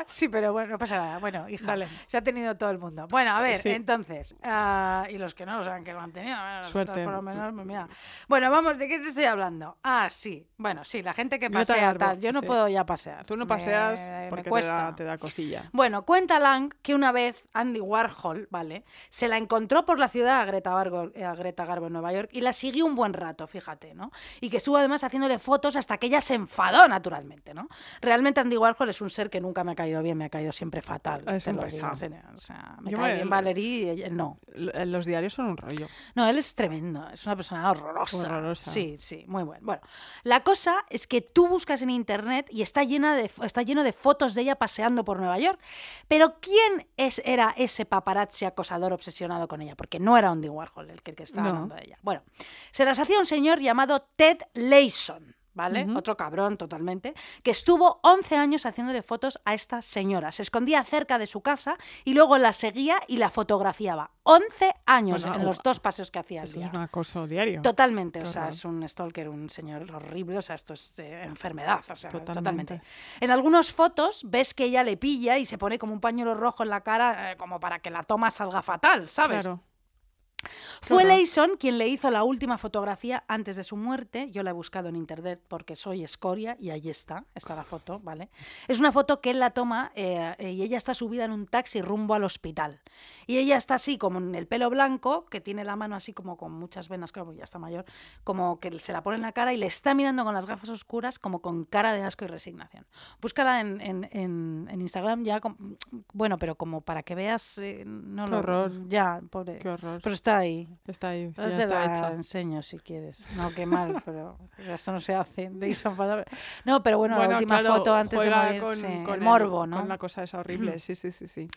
C: Sí, pero bueno, no pasa nada. Bueno, hija,
D: Dale.
C: se ha tenido todo el mundo. Bueno, a ver,
D: Sí.
C: entonces, ah, y los que no lo saben que lo han tenido, bueno, nosotros
D: Suerte.
C: por lo menos, pues mira. Bueno, vamos, ¿de qué te estoy hablando? Ah, sí, bueno, sí, la gente que
D: Yo te
C: pasea
D: agarro,
C: tal, yo no
D: sí.
C: puedo ya pasear.
D: Tú no
C: Me-
D: paseas
C: me
D: porque te
C: cuesta.
D: da, te da cosilla.
C: Bueno, cuenta Lang que una vez Andy Warhol, ¿vale? Se la encontró por la ciudad a Greta, Garbo, eh, a Greta Garbo en Nueva York y la siguió un buen rato, fíjate, ¿no? Y que estuvo además haciéndole fotos hasta que ella se enfadó naturalmente, ¿no? Realmente Andy Warhol es un ser que nunca me ha caído bien, me ha caído siempre fatal.
D: Ah, Es
C: te
D: un
C: lo digo,
D: pesado.
C: en serio, O sea, me
D: Yo
C: cae
D: me-
C: bien Valerie y ella- no.
D: L- eh, Los diarios son un rollo.
C: No, él es tremendo, es una persona horrorosa.
D: Horrorosa.
C: Sí, sí, muy bueno. Bueno, la cosa es que tú buscas en internet y está, llena de, está lleno de fotos de ella paseando por Nueva York, pero ¿quién es, era ese paparazzi acosador obsesionado con ella? Porque no era Andy Warhol el que, que estaba
D: No.
C: hablando de ella. Bueno, se las hacía un señor llamado Ted Layson. ¿Vale? Otro cabrón totalmente, que estuvo 11 años haciéndole fotos a esta señora. Se escondía cerca de su casa y luego la seguía y la fotografiaba. 11 años
D: Bueno,
C: en los dos paseos que hacía al
D: Eso
C: día.
D: es un acoso diario.
C: Totalmente, o
D: Qué
C: sea,
D: horror.
C: es un stalker, un señor horrible, o sea, esto es eh, enfermedad, o sea, totalmente.
D: Totalmente.
C: En algunas fotos ves que ella le pilla y se pone como un pañuelo rojo en la cara, eh, como para que la toma salga fatal, ¿sabes?
D: Claro.
C: Fue
D: horror.
C: Leison quien le hizo la última fotografía antes de su muerte. Yo la he buscado en internet porque soy escoria y ahí está, está la foto, ¿vale? Es una foto que él la toma eh, eh, y ella está subida en un taxi rumbo al hospital. Y ella está así, como en el pelo blanco, que tiene la mano así como con muchas venas, claro, porque ya está mayor, como que se la pone en la cara y le está mirando con las gafas oscuras, como con cara de asco y resignación. Búscala en, en- en- en Instagram ya, com- bueno, pero como para que veas... eh, no
D: Qué
C: lo-
D: horror.
C: Ya, pobre.
D: Qué horror.
C: Pero está ahí.
D: Está ahí, sí,
C: Ahora
D: ya
C: te
D: está
C: la
D: hecha.
C: enseño si quieres. No, qué mal, pero esto no se hace. Le hizo fatal. No, pero bueno, la
D: Bueno,
C: última
D: claro,
C: foto antes de
D: juega
C: morir.
D: con,
C: sí,
D: con
C: el morbo,
D: con
C: ¿no?
D: la cosa esa horrible, sí, sí, sí, sí.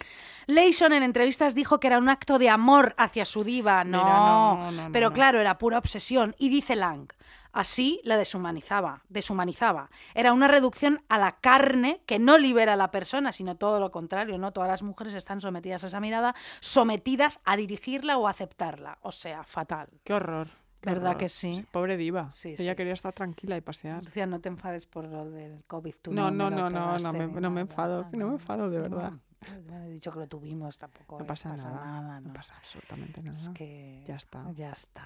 C: Leison en entrevistas dijo que era un acto de amor hacia su diva. No,
D: Mira, no, no, no,
C: pero
D: no.
C: claro, era pura obsesión. Y dice Lang, así la deshumanizaba, deshumanizaba. Era una reducción a la carne que no libera a la persona, sino todo lo contrario. No todas las mujeres están sometidas a esa mirada, sometidas a dirigirla o a aceptarla. O sea, fatal.
D: Qué horror. qué
C: ¿Verdad
D: horror.
C: que sí?
D: Pobre diva.
C: Sí,
D: Ella
C: sí.
D: quería estar tranquila y pasear.
C: Lucía, no te enfades por lo del COVID. Tú
D: No,
C: me
D: no,
C: lo
D: no, no, no
C: pegaste
D: me,
C: ni
D: no me
C: nada,
D: enfado, no me enfado, de verdad.
C: No, pues he dicho que lo tuvimos, tampoco
D: No
C: es-
D: pasa, nada,
C: ¿no?
D: no pasa absolutamente nada.
C: Es que
D: ya está.
C: Ya está.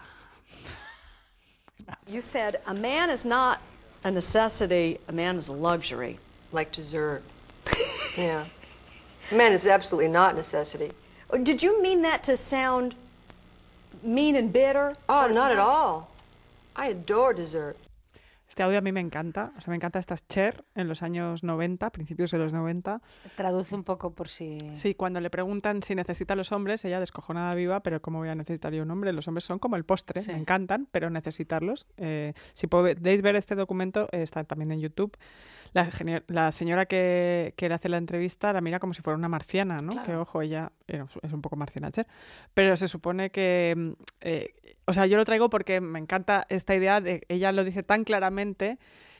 G: You said a man is not a necessity, a man is a luxury.
H: like dessert. yeah. Man is absolutely not necessity.
G: Oh, Did you mean that to sound mean and bitter?
H: Oh, not at all. I adore dessert.
D: Este audio a mí me encanta, o sea, me encanta estas Cher en los años 90, principios de los 90.
C: Traduce un poco por si.
D: Sí, cuando le preguntan si necesita a los hombres, ella descojonada viva, pero ¿cómo voy a necesitar yo un hombre? Los hombres son como el postre,
C: Sí.
D: me encantan, pero necesitarlos. Eh, si podéis ver este documento, eh, está también en YouTube. La, geni- la señora que, que le hace la entrevista la mira como si fuera una marciana, ¿no?
C: Claro.
D: Que ojo, ella era- es un poco marciana, Cher. Pero se supone que. mm, eh, o sea, yo lo traigo porque me encanta esta idea de. Ella lo dice tan claramente.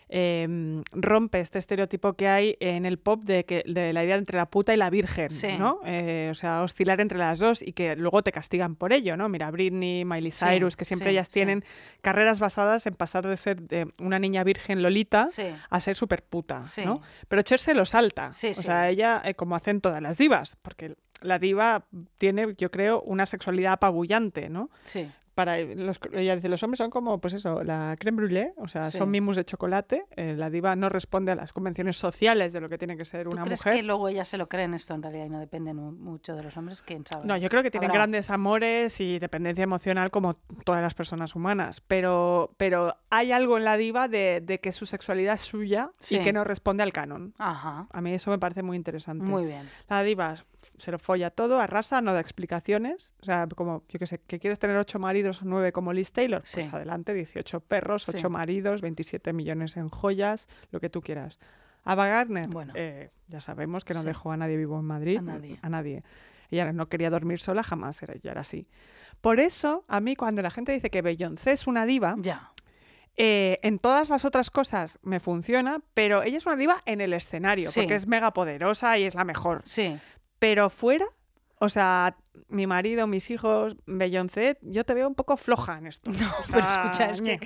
D: eh, mm, rompe este estereotipo que hay en el pop de, que, de la idea entre la puta y la virgen,
C: Sí.
D: ¿no? Eh, o sea, oscilar entre las dos y que luego te castigan por ello, ¿no? Mira, Britney, Miley
C: Sí,
D: Cyrus, que siempre
C: sí,
D: ellas
C: sí.
D: tienen carreras basadas en pasar de ser eh, una niña virgen lolita
C: Sí.
D: a ser súper puta,
C: Sí.
D: ¿no? Pero Cher se lo salta.
C: Sí,
D: o
C: sí.
D: sea, ella, eh, como hacen todas las divas, porque la diva tiene, yo creo, una sexualidad apabullante, ¿no?
C: Sí.
D: Pa- para eh, los, ella dice, los hombres son como, pues eso, la creme brûlée, o sea,
C: Sí.
D: son mimus de chocolate. eh, la diva no responde a las convenciones sociales de lo que tiene que ser
C: ¿Tú
D: una
C: crees
D: mujer.
C: que luego ellas se lo creen esto en realidad y no dependen mu- mucho de los hombres? ¿Quién sabe?
D: No, yo creo que tienen
C: Habrá.
D: grandes amores y dependencia emocional como todas las personas humanas, pero, pero hay algo en la diva de, de que su sexualidad es suya
C: Sí.
D: y que no responde al canon.
C: Ajá,
D: A mí eso me parece muy interesante.
C: muy bien.
D: La diva se lo folla todo, arrasa, no da explicaciones. O sea, como, yo qué sé, que quieres tener ocho maridos o nueve como Liz Taylor,
C: Sí.
D: pues adelante, 18 perros,
C: Sí.
D: ocho maridos, 27 millones en joyas, lo que tú quieras. Ava Gardner,
C: Bueno.
D: eh, ya sabemos que no
C: Sí.
D: dejó a nadie vivo en Madrid.
C: A nadie.
D: Ella no quería dormir sola jamás, era, ya era así. Por eso, a mí cuando la gente dice que Beyoncé es una diva,
C: Ya,
D: eh, en todas las otras cosas me funciona, pero ella es una diva en el escenario,
C: Sí.
D: porque es mega poderosa y es la mejor.
C: sí.
D: Pero fuera, o sea, mi marido, mis hijos, Beyoncé, yo te veo un poco floja en esto. No,
C: Pero escucha, es que.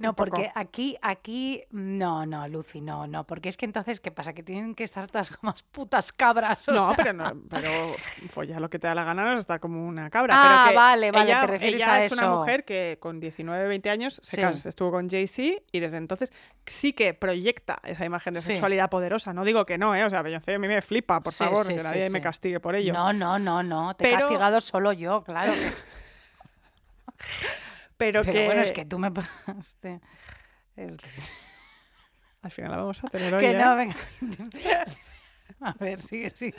C: No,
D: un poco.
C: porque aquí, aquí. mm, No, no, Lucy, no, no. Porque es que entonces, ¿qué pasa? Que tienen que estar todas como unas putas cabras. o
D: No,
C: sea.
D: pero no, pero follar lo que te da la gana no es estar como una cabra.
C: Ah,
D: pero que
C: vale, vale,
D: ella,
C: te refieres
D: ella
C: a
D: es una
C: eso.
D: mujer que con 19, 20 años se
C: Sí.
D: cas- estuvo con Jay-Z y desde entonces sí que proyecta esa imagen de
C: Sí.
D: sexualidad poderosa. No digo que no, ¿eh? O sea, Beyoncé a mí me flipa, por
C: Sí,
D: favor,
C: sí,
D: que
C: sí,
D: nadie me
C: sí.
D: castigue por ello.
C: No, no, no, no. Te he
D: Pero-
C: castigado solo yo, claro.
D: pero
C: Pero
D: que
C: bueno, es que tú me pagaste. el-
D: al final la vamos a tener hoy.
C: Que
D: ¿eh?
C: no, venga. A ver, sigue, sigue.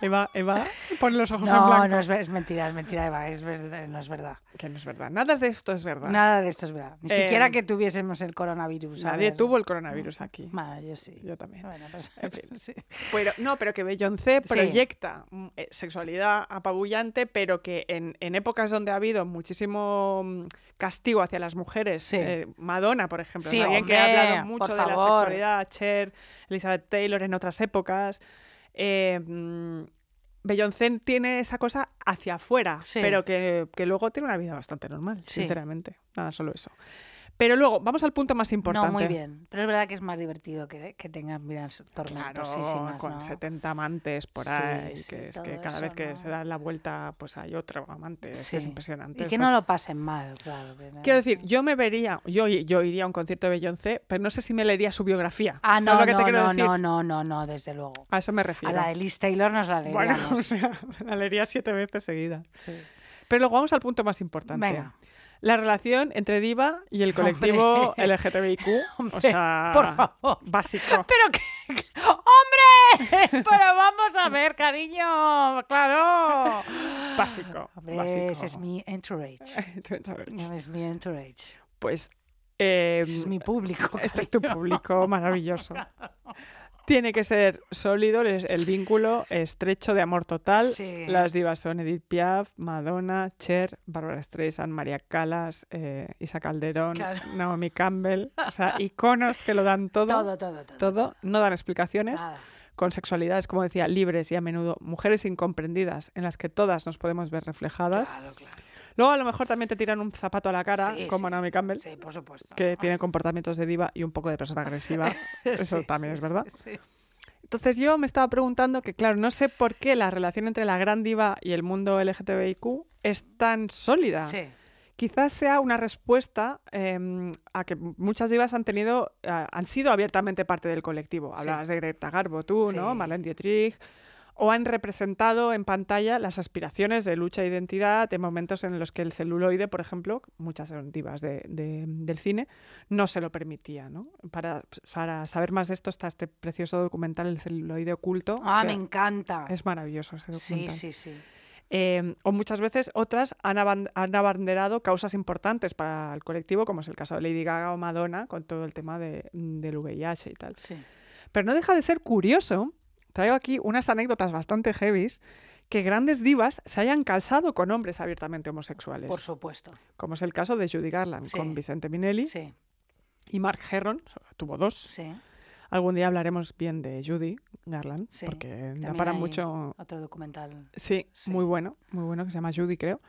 D: Eva, Eva, pon los ojos en
C: No,
D: blanco.
C: no es, ver- es mentira, es mentira, Eva, es verdad, no es verdad.
D: Que no es verdad. Nada de esto es verdad.
C: Nada de esto es verdad. Ni
D: Eh,
C: siquiera que tuviésemos el coronavirus. a
D: Nadie
C: ver.
D: tuvo el coronavirus aquí.
C: Bueno, yo sí.
D: Yo también.
C: Bueno, pues,
D: En fin.
C: sí.
D: Pero, no, pero que Beyoncé
C: Sí.
D: proyecta mm, eh, sexualidad apabullante, pero que en, en épocas donde ha habido muchísimo mm, castigo hacia las mujeres,
C: Sí.
D: eh, Madonna, por ejemplo,
C: Sí,
D: ¿no? alguien que ha
C: hombre,
D: hablado
C: por
D: mucho de la
C: favor.
D: sexualidad, Cher, Elizabeth Taylor en otras épocas. eh, mm, Beyoncé tiene esa cosa hacia afuera,
C: Sí.
D: pero que, que luego tiene una vida bastante normal,
C: Sí.
D: sinceramente. Nada, solo eso. Pero luego, vamos al punto más importante.
C: No, muy bien. Pero es verdad que es más divertido que, que tengan vidas
D: Claro,
C: tormentosísimas,
D: con
C: ¿no?
D: 70 amantes por
C: Sí,
D: ahí,
C: sí,
D: que es
C: todo
D: que cada
C: eso,
D: vez que
C: ¿no?
D: se da la vuelta, pues hay otro amante, es que es
C: Sí.
D: impresionante.
C: Y
D: es
C: que no
D: bas-
C: lo pasen mal, claro. que no.
D: Quiero decir, yo me vería, yo, yo iría a un concierto de Beyoncé, pero no sé si me leería su biografía.
C: Ah,
D: ¿Sabes
C: no,
D: lo que
C: no,
D: te quiero
C: no,
D: decir?
C: no, no, no, no, desde luego.
D: A eso me
C: A
D: refiero.
C: la de Liz Taylor nos la leeríamos.
D: bueno, o sea, la leería siete veces seguida.
C: Sí.
D: Pero luego vamos al punto más importante.
C: Venga.
D: La relación entre Diva y el
C: Hombre.
D: colectivo LGTBIQ.
C: Hombre,
D: o sea,
C: por favor.
D: Básico.
C: Pero que... ¡Hombre! Pero vamos a ver, cariño. ¡Claro!
D: Básico.
C: Hombre,
D: básico.
C: ese es mi entourage. Es mi entourage.
D: Pues. eh,
C: Ese Es mi público.
D: Este es tu
C: cariño.
D: público maravilloso. Tiene que ser sólido el, el vínculo estrecho de amor total.
C: Sí.
D: Las divas son Edith Piaf, Madonna, Cher, Bárbara Streisand, María Callas, eh, Isa Calderón,
C: Claro.
D: Naomi Campbell. O sea, iconos que lo dan todo.
C: Todo, todo, todo.
D: todo, no dan explicaciones.
C: Nada.
D: Con sexualidades, como decía, libres y a menudo mujeres incomprendidas en las que todas nos podemos ver reflejadas.
C: Claro, claro.
D: Luego a lo mejor también te tiran un zapato a la cara,
C: Sí,
D: como
C: sí.
D: Naomi Campbell
C: Sí, por supuesto.
D: que tiene comportamientos de diva y un poco de persona agresiva. Eso
C: Sí,
D: también
C: sí,
D: es verdad.
C: sí, sí.
D: Entonces yo me estaba preguntando que, claro, no sé por qué la relación entre la gran diva y el mundo LGTBIQ es tan sólida.
C: Sí.
D: Quizás sea una respuesta eh, a que muchas divas han tenido, a- han sido abiertamente parte del colectivo. Hablabas de Greta Garbo, tú, ¿no?
C: Sí.
D: Marlene Dietrich. O han representado en pantalla las aspiraciones de lucha e identidad en momentos en los que el celuloide, por ejemplo, muchas eran divas de- de- del cine, no se lo permitía, ¿no? Para, para saber más de esto está este precioso documental, El celuloide oculto.
C: Ah,
D: que
C: me encanta.
D: Es maravilloso ese
C: Sí,
D: documental.
C: sí, sí.
D: Eh, o muchas veces otras han, aban- han abanderado causas importantes para el colectivo, como es el caso de Lady Gaga o Madonna, con todo el tema de- del VIH y tal.
C: Sí.
D: Pero no deja de ser curioso, traigo aquí unas anécdotas bastante heavies, que grandes divas se hayan casado con hombres abiertamente homosexuales,
C: Por supuesto.
D: como es el caso de Judy Garland
C: Sí.
D: con Vicente Minelli
C: Sí,
D: y Mark Herron, tuvo dos.
C: sí.
D: Algún día hablaremos bien de Judy Garland,
C: Sí,
D: porque da
C: también
D: para
C: hay
D: mucho
C: Otro documental.
D: Sí,
C: Sí.
D: muy bueno, muy bueno, que se llama Judy, creo.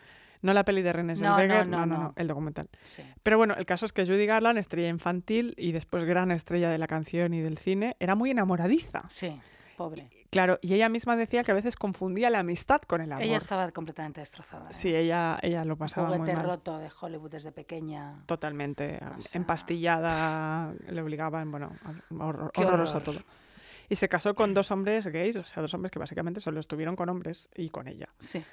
D: No la peli de René
C: No,
D: Zellweger,
C: no,
D: no, no,
C: no,
D: no,
C: no.
D: el documental.
C: Sí.
D: Pero bueno, el caso es que Judy Garland, estrella infantil y después gran estrella de la canción y del cine, era muy enamoradiza.
C: Sí. Pobre.
D: Claro, y ella misma decía que a veces confundía la amistad con el amor.
C: Ella estaba completamente destrozada. ¿eh?
D: Sí, ella, ella lo pasaba muy
C: Juguete
D: mal.
C: roto de Hollywood desde pequeña.
D: Totalmente
C: O
D: am-
C: sea-
D: empastillada, le obligaban, bueno, a- horror-
C: Qué
D: horroroso
C: horror.
D: todo. Y se casó con dos hombres gays, o sea, dos hombres que básicamente solo estuvieron con hombres y con ella.
C: Sí.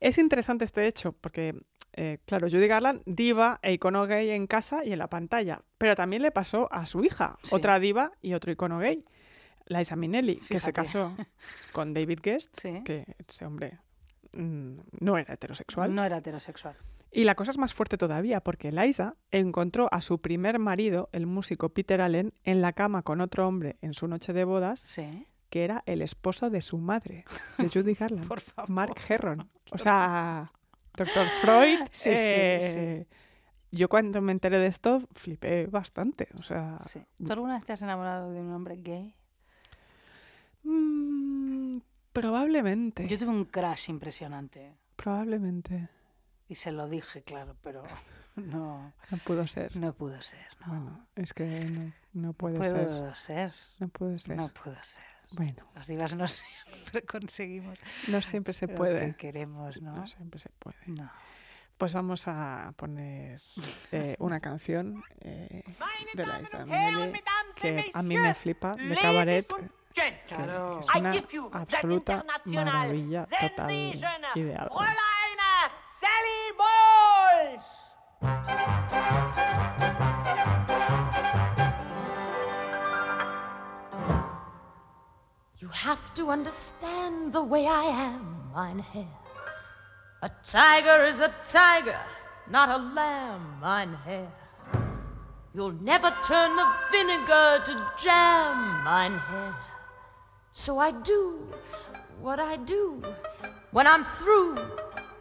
D: Es interesante este hecho porque, eh, claro, Judy Garland, diva e icono gay en casa y en la pantalla, pero también le pasó a su hija,
C: Sí.
D: otra diva y otro icono gay, Liza Minnelli, que
C: Fíjate.
D: se casó con David Guest,
C: Sí.
D: que ese hombre mm, no era heterosexual.
C: No era heterosexual.
D: Y la cosa es más fuerte todavía, porque Liza encontró a su primer marido, el músico Peter Allen, en la cama con otro hombre en su noche de bodas,
C: Sí.
D: que era el esposo de su madre, de Judy Garland,
C: Por favor.
D: Mark Herron. O sea, Dr. Freud.
C: Oh, ah, Sí, sí,
D: eh, Yo cuando me enteré de esto flipé bastante. O sea,
C: sí. ¿Tú alguna vez te has enamorado de un hombre gay?
D: mm, probablemente,
C: Yo tuve un crash impresionante.
D: probablemente
C: Y se lo dije, claro, pero no,
D: no pudo ser.
C: no pudo ser. No,
D: Bueno, es que no, no puede ser.
C: pudo ser.
D: No puede ser.
C: No pudo ser.
D: Bueno.
C: Las divas no siempre conseguimos
D: No siempre se
C: lo
D: puede.
C: que queremos, ¿no?
D: No siempre se puede.
C: No.
D: Pues vamos a poner eh, una canción eh, de Liza Minnelli que a mí me flipa, de Cabaret, que
C: Claro.
D: es una absoluta maravilla total, ideal.
I: You have to understand the way I am, mine hair. A tiger is a tiger, not a lamb, mine hair. You'll never turn the vinegar to jam, mine hair. So I do what I do. When I'm through,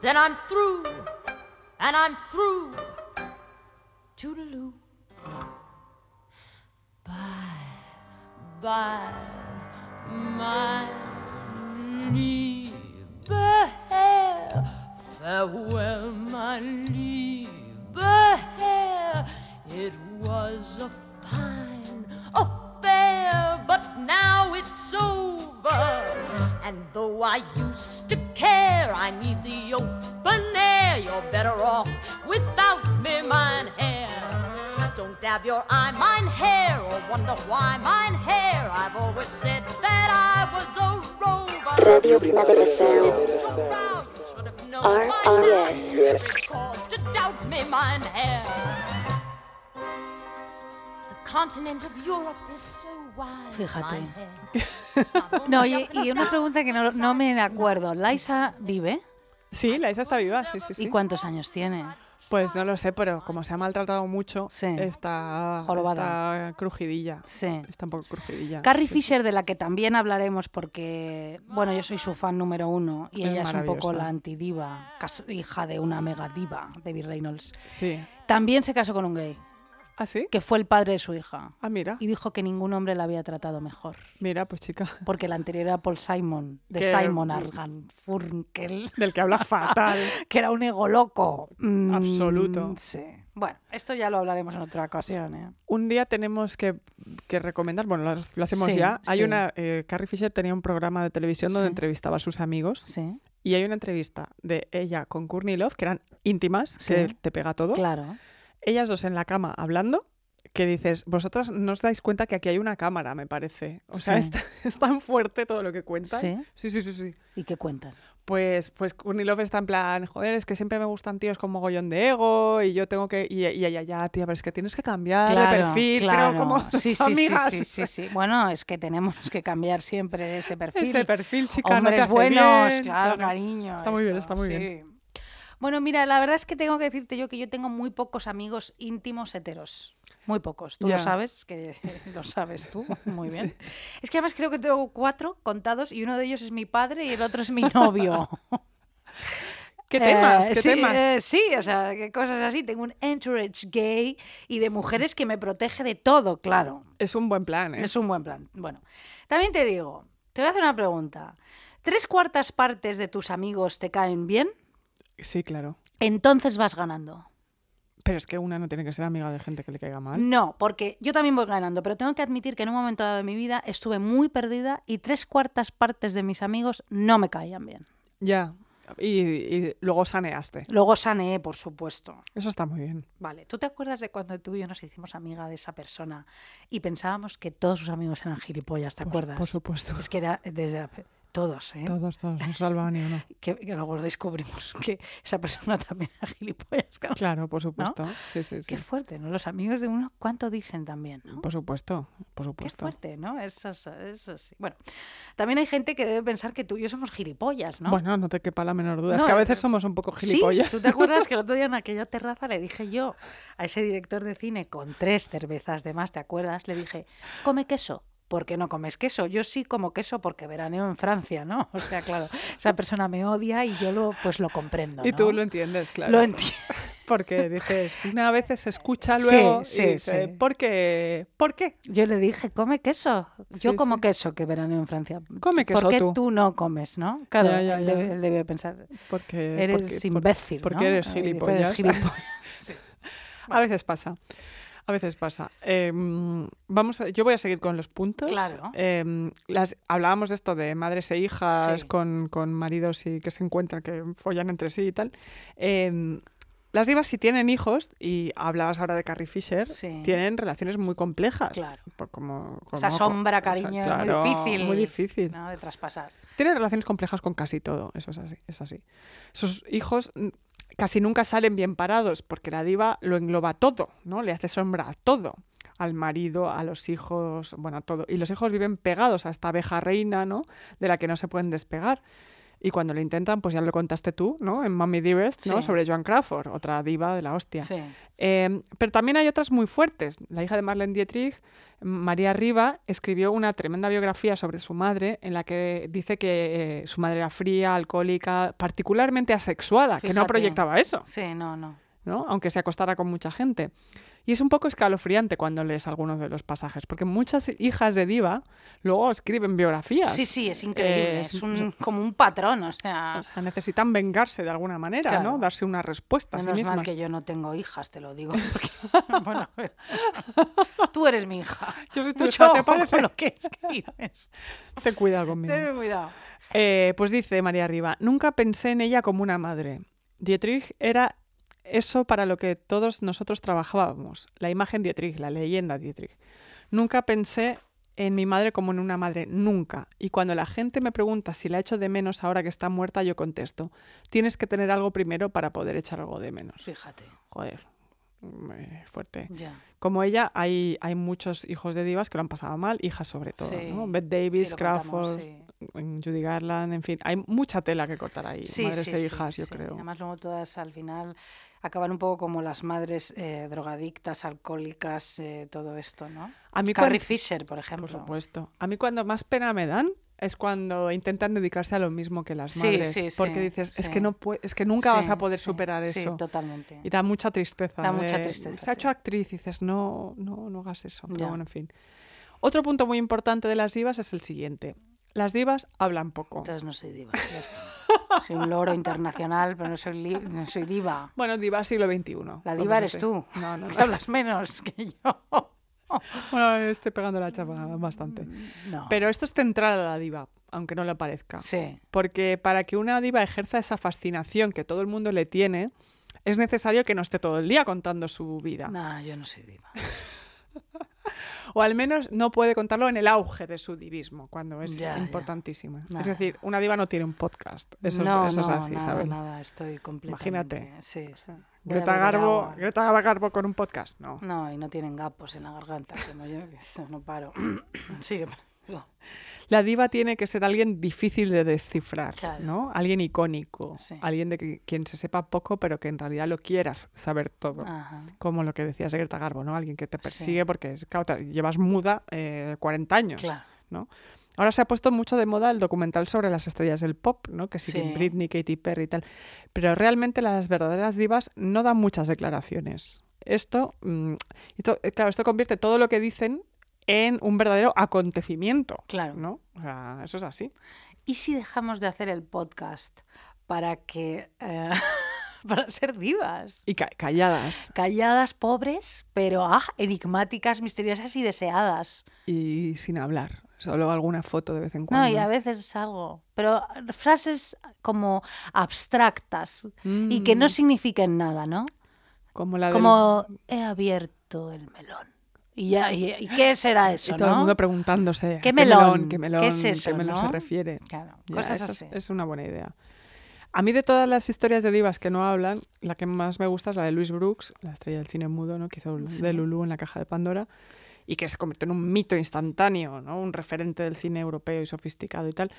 I: then I'm through, and I'm through. Toodaloo. Bye. my liebe Herr. Farewell, my liebe Herr. It was a fine affair, but now it's over. And though I used to care, I need the open air. You're better off without me, mine hair. Don't dab your eye, mine hair, or wonder why mine hair. I've always said that I was a rover.
J: Radio Primavera Sound. RRS.
I: Cause to doubt me, mine hair. The continent of Europe is so wide.
C: Fíjate.
I: mine hair.
C: No, y, y una pregunta que no, no me acuerdo. ¿Liza vive?
D: Sí, la Isa está viva, sí, sí, sí.
C: ¿Y cuántos años tiene?
D: Pues no lo sé, pero como se ha maltratado mucho,
C: Sí.
D: está,
C: Jorobada.
D: está crujidilla.
C: Sí.
D: Está un poco crujidilla.
C: Carrie
D: sí, sí.
C: Fisher, de la que también hablaremos porque, bueno, yo soy su fan número uno y
D: Es
C: ella es un poco
D: maravillosa.
C: la antidiva, cas- hija de una mega diva, Debbie Reynolds.
D: Sí.
C: También se casó con un gay,
D: ¿Ah, sí?
C: que fue el padre de su hija,
D: Ah, mira.
C: y dijo que ningún hombre la había tratado mejor,
D: Mira, pues chica.
C: porque el anterior era Paul Simon, de
D: Que- mm.
C: Simon Arganfunkel,
D: Del que habla fatal.
C: que era un ego loco. Mm,
D: Absoluto.
C: Sí. Bueno, esto ya lo hablaremos en otra ocasión, ¿eh?
D: Un día tenemos que, que recomendar, bueno, lo, lo hacemos
C: Sí,
D: ya. Hay
C: sí.
D: una. eh, Carrie Fisher tenía un programa de televisión donde
C: Sí.
D: entrevistaba a sus amigos
C: Sí,
D: y hay una entrevista de ella con Courtney Love, que eran íntimas,
C: Sí.
D: que te pega todo.
C: claro.
D: Ellas dos en la cama hablando, que dices, vosotras no os dais cuenta que aquí hay una cámara, me parece. O sea,
C: Sí.
D: es, ta- es tan fuerte todo lo que cuentan.
C: Sí.
D: sí, sí, sí. sí.
C: ¿Y qué cuentan?
D: Pues, pues Courtney Love está en plan, joder, es que siempre me gustan tíos con mogollón de ego y yo tengo que... Y, y ella, ya, tía, pero es que tienes que cambiar de perfil, pero como
C: Sí,
D: tus
C: sí, sí,
D: amigas.
C: sí, sí, sí. Bueno, es que tenemos que cambiar siempre ese perfil.
D: Ese perfil, chica, no te
C: Hombres
D: hace
C: buenos,
D: bien,
C: claro, cariño.
D: Está muy bien,
C: esto,
D: está muy
C: sí.
D: bien.
C: Bueno, mira, la verdad es que tengo que decirte yo que yo tengo muy pocos amigos íntimos heteros. Muy pocos. Tú
D: Ya.
C: lo sabes, que lo sabes tú. Muy bien. Es que además creo que tengo cuatro contados y uno de ellos es mi padre y el otro es mi novio.
D: ¿Qué
C: Eh,
D: temas? ¿Qué
C: sí,
D: temas?
C: eh, sí, o sea, que cosas así. Tengo un entourage gay y de mujeres que me protege de todo, claro.
D: Es un buen plan, ¿eh?
C: Es un buen plan. Bueno, también te digo, te voy a hacer una pregunta. ¿Tres cuartas partes de tus amigos te caen bien?
D: Sí, claro.
C: Entonces vas ganando.
D: Pero es que una no tiene que ser amiga de gente que le caiga mal.
C: No, porque yo también voy ganando, pero tengo que admitir que en un momento dado de mi vida estuve muy perdida y tres cuartas partes de mis amigos no me caían bien.
D: Ya. Y, y luego saneaste.
C: Luego saneé, por supuesto.
D: Eso está muy bien.
C: Vale, ¿tú te acuerdas de cuando tú y yo nos hicimos amiga de esa persona y pensábamos que todos sus amigos eran gilipollas, ¿te
D: Por-
C: acuerdas?
D: Pues, por supuesto.
C: Es que era desde la- todos, ¿eh?
D: Todos, todos. No salvaba ni uno.
C: Que, que luego descubrimos que esa persona también era gilipollas. claro.
D: Claro, por supuesto. Sí, sí, sí.
C: Qué fuerte, ¿no? Los amigos de uno, ¿cuánto dicen también, no?
D: Por supuesto, por
C: Qué
D: supuesto.
C: fuerte, ¿no? Eso, es- eso sí. Bueno, también hay gente que debe pensar que tú y yo somos gilipollas, ¿no?
D: Bueno, no te quepa la menor duda. es
C: No,
D: que a
C: eh,
D: veces somos un poco gilipollas.
C: Sí, ¿tú te acuerdas que el otro día en aquella terraza le dije yo a ese director de cine con tres cervezas de más, ¿te acuerdas? Le dije, come queso. ¿Por qué no comes queso? Yo sí como queso porque veraneo en Francia, ¿no? O sea, claro, esa persona me odia y yo lo, pues lo comprendo.
D: y tú
C: ¿no?
D: lo entiendes, claro.
C: Lo entiendo.
D: Porque dices, una vez se escucha
C: Sí,
D: luego
C: sí,
D: y dice,
C: sí.
D: ¿por qué? ¿Por qué?
C: Yo le dije, come queso. Yo
D: Sí,
C: como
D: sí.
C: queso que veraneo en Francia.
D: Come queso
C: ¿Por qué
D: tú.
C: no comes, no? Claro,
D: Ya, ya,
C: él,
D: ya.
C: Debe, él debe pensar,
D: Porque,
C: eres
D: porque- por-
C: imbécil,
D: Porque
C: ¿no? Eh,
D: eres
C: Y dice,
D: gilipollas.
C: "Eres gilipollas".
D: A veces pasa. A veces pasa. Eh, mm, vamos a- yo voy a seguir con los puntos.
C: Claro.
D: Eh, las, hablábamos de esto de madres e hijas
C: Sí.
D: con, con maridos y que se encuentran, que follan entre sí y tal. Eh, las divas, si tienen hijos, y hablabas ahora de Carrie Fisher,
C: Sí.
D: tienen relaciones muy complejas.
C: Claro.
D: Por como,
C: Esa
D: como-
C: sombra,
D: o sea,
C: cariño,
D: claro,
C: es muy difícil.
D: Muy difícil.
C: ¿no? De traspasar.
D: Tiene relaciones complejas con casi todo, eso es así. Es así. Sus hijos mm, casi nunca salen bien parados porque la diva lo engloba todo, ¿no? Le hace sombra a todo, al marido, a los hijos, bueno, a todo. Y los hijos viven pegados a esta abeja reina, ¿no? De la que no se pueden despegar. Y cuando lo intentan, pues ya lo contaste tú, ¿no? En Mommy Dearest, ¿no?
C: Sí.
D: Sobre Joan Crawford, otra diva de la hostia.
C: Sí.
D: Eh, pero también hay otras muy fuertes. La hija de Marlene Dietrich, María Riva, escribió una tremenda biografía sobre su madre en la que dice que eh, su madre era fría, alcohólica, particularmente asexuada, que no
C: Fíjate.
D: proyectaba eso,
C: Sí, no, no.
D: ¿no? aunque se acostara con mucha gente. Y es un poco escalofriante cuando lees algunos de los pasajes, porque muchas hijas de diva luego escriben biografías.
C: Sí, sí, es increíble.
D: Eh,
C: es un, como un patrón, o sea.
D: o sea, necesitan vengarse de alguna manera,
C: Claro.
D: ¿no? Darse una respuesta a sí
C: Menos
D: mismas.
C: mal que yo no tengo hijas, te lo digo. porque- bueno, a ver. Tú eres mi hija.
D: Yo soy tu
C: Mucho
D: hija, ¿te
C: ojo con
D: parece?
C: lo que escribes.
D: Ten cuidado conmigo.
C: Ten cuidado.
D: Eh, pues dice María Arriba, nunca pensé en ella como una madre. Dietrich era eso para lo que todos nosotros trabajábamos, la imagen Dietrich, la leyenda Dietrich. Nunca pensé en mi madre como en una madre, nunca. Y cuando la gente me pregunta si la echo de menos ahora que está muerta, yo contesto, tienes que tener algo primero para poder echar algo de menos.
C: Fíjate,
D: Joder, mm, fuerte.
C: ya.
D: Como ella, hay, hay muchos hijos de divas que lo han pasado mal, hijas sobre todo.
C: Sí,
D: ¿no? Bette
C: Sí,
D: Davis,
C: lo
D: Crawford,
C: contamos, sí.
D: en Judy Garland, en fin, hay mucha tela que cortar ahí,
C: Sí,
D: madres
C: sí,
D: e
C: sí,
D: hijas, yo
C: sí.
D: creo.
C: Además, luego todas al final acaban un poco como las madres eh, drogadictas, alcohólicas, eh, todo esto, ¿no?
D: A mí
C: Carrie
D: cuan-
C: Fisher, por ejemplo.
D: Por supuesto. A mí cuando más pena me dan es cuando intentan dedicarse a lo mismo que las
C: Sí,
D: madres,
C: sí, sí,
D: porque dices, es
C: sí.
D: que no pue- es que nunca vas
C: Sí,
D: a poder
C: sí,
D: superar
C: sí,
D: eso.
C: totalmente.
D: y da mucha tristeza.
C: Da mucha
D: de,
C: tristeza,
D: Se ha hecho
C: sí.
D: actriz y dices, no, no, no hagas eso. Pero
C: Ya.
D: bueno, en fin. Otro punto muy importante de las divas es el siguiente. Las divas hablan poco.
C: Entonces no soy diva. ya está. Soy un loro internacional, pero no soy, li- no soy diva.
D: Bueno, diva siglo XXI.
C: La
D: vamos
C: diva
D: a
C: eres
D: hacer.
C: tú.
D: No, no,
C: que
D: no.
C: hablas menos que yo.
D: Bueno, estoy pegando la chapa bastante.
C: Mm. No.
D: Pero esto es central a la diva, aunque no lo parezca.
C: Ah. Sí,
D: Porque para que una diva ejerza esa fascinación que todo el mundo le tiene, es necesario que no esté todo el día contando su vida.
C: no, yo no soy diva.
D: O al menos no puede contarlo en el auge de su divismo, cuando es
C: Ya, ya.
D: importantísima.
C: Nada.
D: Es decir, una diva no tiene un podcast. Eso, es-
C: no,
D: eso es
C: no,
D: así,
C: nada,
D: ¿sabes?
C: nada, estoy completamente...
D: Imagínate.
C: Sí, sí. Voy a
D: Greta,
C: beber
D: Garbo,
C: agua.
D: Greta Garbo con un podcast, no.
C: No, y no tienen gapos en la garganta, como yo, que eso no paro. Sigue. perdón.
D: La diva tiene que ser alguien difícil de descifrar,
C: Claro.
D: ¿no? Alguien icónico,
C: Sí.
D: alguien de que- quien se sepa poco, pero que en realidad lo quieras saber todo.
C: Ajá.
D: Como lo que decías de Greta Garbo, ¿no? Alguien que te persigue porque es- claro, te- llevas muda eh, 40 años,
C: Claro.
D: ¿no? Ahora se ha puesto mucho de moda el documental sobre las estrellas del pop, ¿no? Que siguen
C: Sí.
D: Britney, Katy Perry y tal. Pero realmente las verdaderas divas no dan muchas declaraciones. Esto, mm, y to- eh, claro, esto convierte todo lo que dicen en un verdadero acontecimiento.
C: Claro.
D: ¿no? O sea, eso es así.
C: ¿Y si dejamos de hacer el podcast para que eh, para ser divas.
D: Y ca- calladas.
C: Calladas, pobres, pero ah, enigmáticas, misteriosas y deseadas.
D: Y sin hablar. Solo alguna foto de vez en
C: No,
D: cuando.
C: y a veces es algo. Pero frases como abstractas y que no
D: Mm.
C: significan nada, ¿no?
D: Como la del-
C: Como he abierto el melón. Y ya, y, y qué será eso,
D: Y todo
C: no?
D: el mundo preguntándose.
C: ¿Qué
D: ¿a
C: melón?
D: ¿Qué
C: ¿Qué
D: melón?
C: es eso,
D: ¿Qué melón
C: no?
D: se refiere?
C: Claro,
D: Ya,
C: cosas
D: esa es-
C: así.
D: Es, una buena idea. A mí de todas las historias de divas que no hablan, la que más me gusta es la de Louis Brooks, la estrella del cine mudo, ¿no? que hizo Lu- de Lulú en la caja de Pandora, y que se convirtió en un mito instantáneo, ¿no? un referente del cine europeo y sofisticado y tal,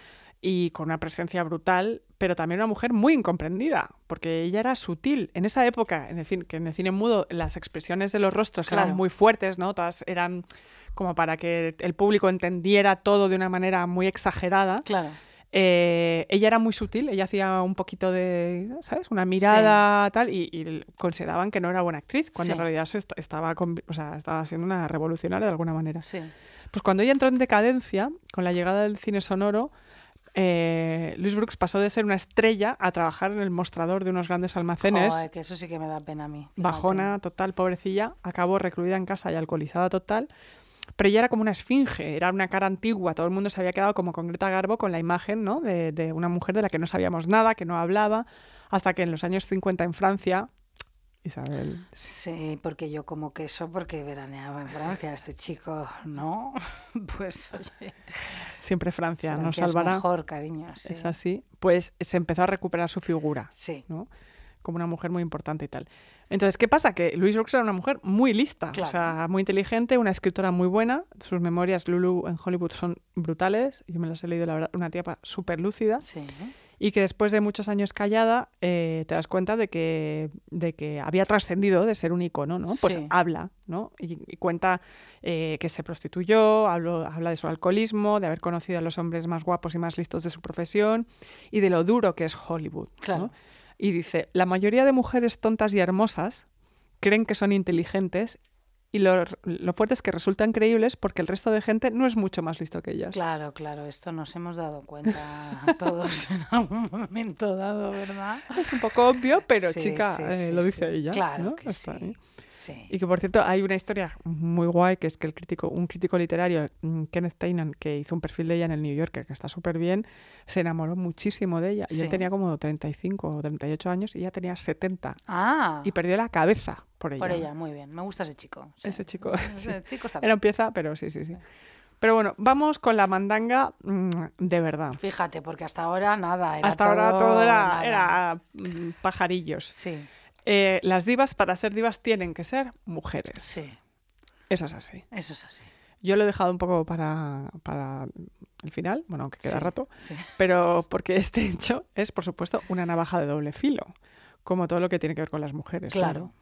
D: y con una presencia brutal, pero también una mujer muy incomprendida, porque ella era sutil. En esa época, en el cine, que en el cine mudo las expresiones de los rostros
C: Claro.
D: eran muy fuertes, ¿no? todas eran como para que el público entendiera todo de una manera muy exagerada.
C: Claro.
D: Eh, ella era muy sutil, ella hacía un poquito de, ¿sabes? Una mirada tal, y, y l- consideraban que no era buena actriz, cuando en
C: Sí.
D: realidad se est- estaba, conv- o sea, estaba siendo una revolucionaria de alguna manera.
C: Sí.
D: Pues cuando ella entró en decadencia, con la llegada del cine sonoro, eh, Louis Brooks pasó de ser una estrella a trabajar en el mostrador de unos grandes almacenes.
C: Joder, que eso sí que me da pena a mí. fíjate.
D: Bajona total, pobrecilla, acabó recluida en casa y alcoholizada total. Pero ella era como una esfinge, era una cara antigua, todo el mundo se había quedado como con Greta Garbo con la imagen ¿no? de, de una mujer de la que no sabíamos nada, que no hablaba, hasta que en los años 50 en Francia, Isabel,
C: Sí, porque yo como queso, porque veraneaba en Francia, este chico, ¿no? Pues oye,
D: siempre Francia nos
C: Francia es
D: salvará,
C: mejor, cariño, sí.
D: es así, pues se empezó a recuperar su figura.
C: Sí.
D: ¿no? como una mujer muy importante y tal. Entonces, ¿qué pasa? Que Louise Brooks era una mujer muy lista,
C: Claro.
D: o sea, muy inteligente, una escritora muy buena. Sus memorias, Lulu, en Hollywood son brutales. Yo me las he leído, la verdad, una tía súper lúcida.
C: Sí, ¿no?
D: Y que después de muchos años callada, eh, te das cuenta de que, de que había trascendido de ser un icono, ¿no? Pues
C: Sí.
D: habla, ¿no? Y, y cuenta eh, que se prostituyó, habló- habla de su alcoholismo, de haber conocido a los hombres más guapos y más listos de su profesión y de lo duro que es Hollywood. ¿no?
C: Claro.
D: Y dice, la mayoría de mujeres tontas y hermosas creen que son inteligentes y lo, lo fuerte es que resultan creíbles porque el resto de gente no es mucho más listo que ellas.
C: Claro, claro, esto nos hemos dado cuenta todos en algún momento dado, ¿verdad?
D: Es un poco obvio, pero
C: Sí,
D: chica,
C: sí,
D: eh,
C: sí,
D: lo
C: sí.
D: dice ella.
C: Claro
D: ¿no?
C: que
D: Está
C: sí.
D: ahí.
C: Sí.
D: Y que por cierto, hay una historia muy guay que es que el crítico, un crítico literario, mm, Kenneth Tainan, que hizo un perfil de ella en el New Yorker, que está súper bien, se enamoró muchísimo de ella. Y
C: Sí.
D: él tenía como 35 o 38 años y ella tenía 70.
C: Ah,
D: Y perdió la cabeza por ella.
C: por ella, muy bien. Me gusta ese chico. sí.
D: Ese chico. sí.
C: Ese chico está
D: Era
C: bien.
D: un pieza, pero sí, sí, sí. Pero bueno, vamos con la mandanga mm, de verdad.
C: Fíjate, porque hasta ahora nada. Era
D: Hasta ahora todo era,
C: nada.
D: era, mm, pajarillos.
C: Sí,
D: Eh, las divas, para ser divas, tienen que ser mujeres.
C: sí,
D: Eso es así.
C: eso es así.
D: Yo lo he dejado un poco para, para el final, bueno, aunque queda
C: Sí,
D: rato,
C: sí.
D: pero porque este hecho es, por supuesto, una navaja de doble filo, como todo lo que tiene que ver con las mujeres.
C: Claro.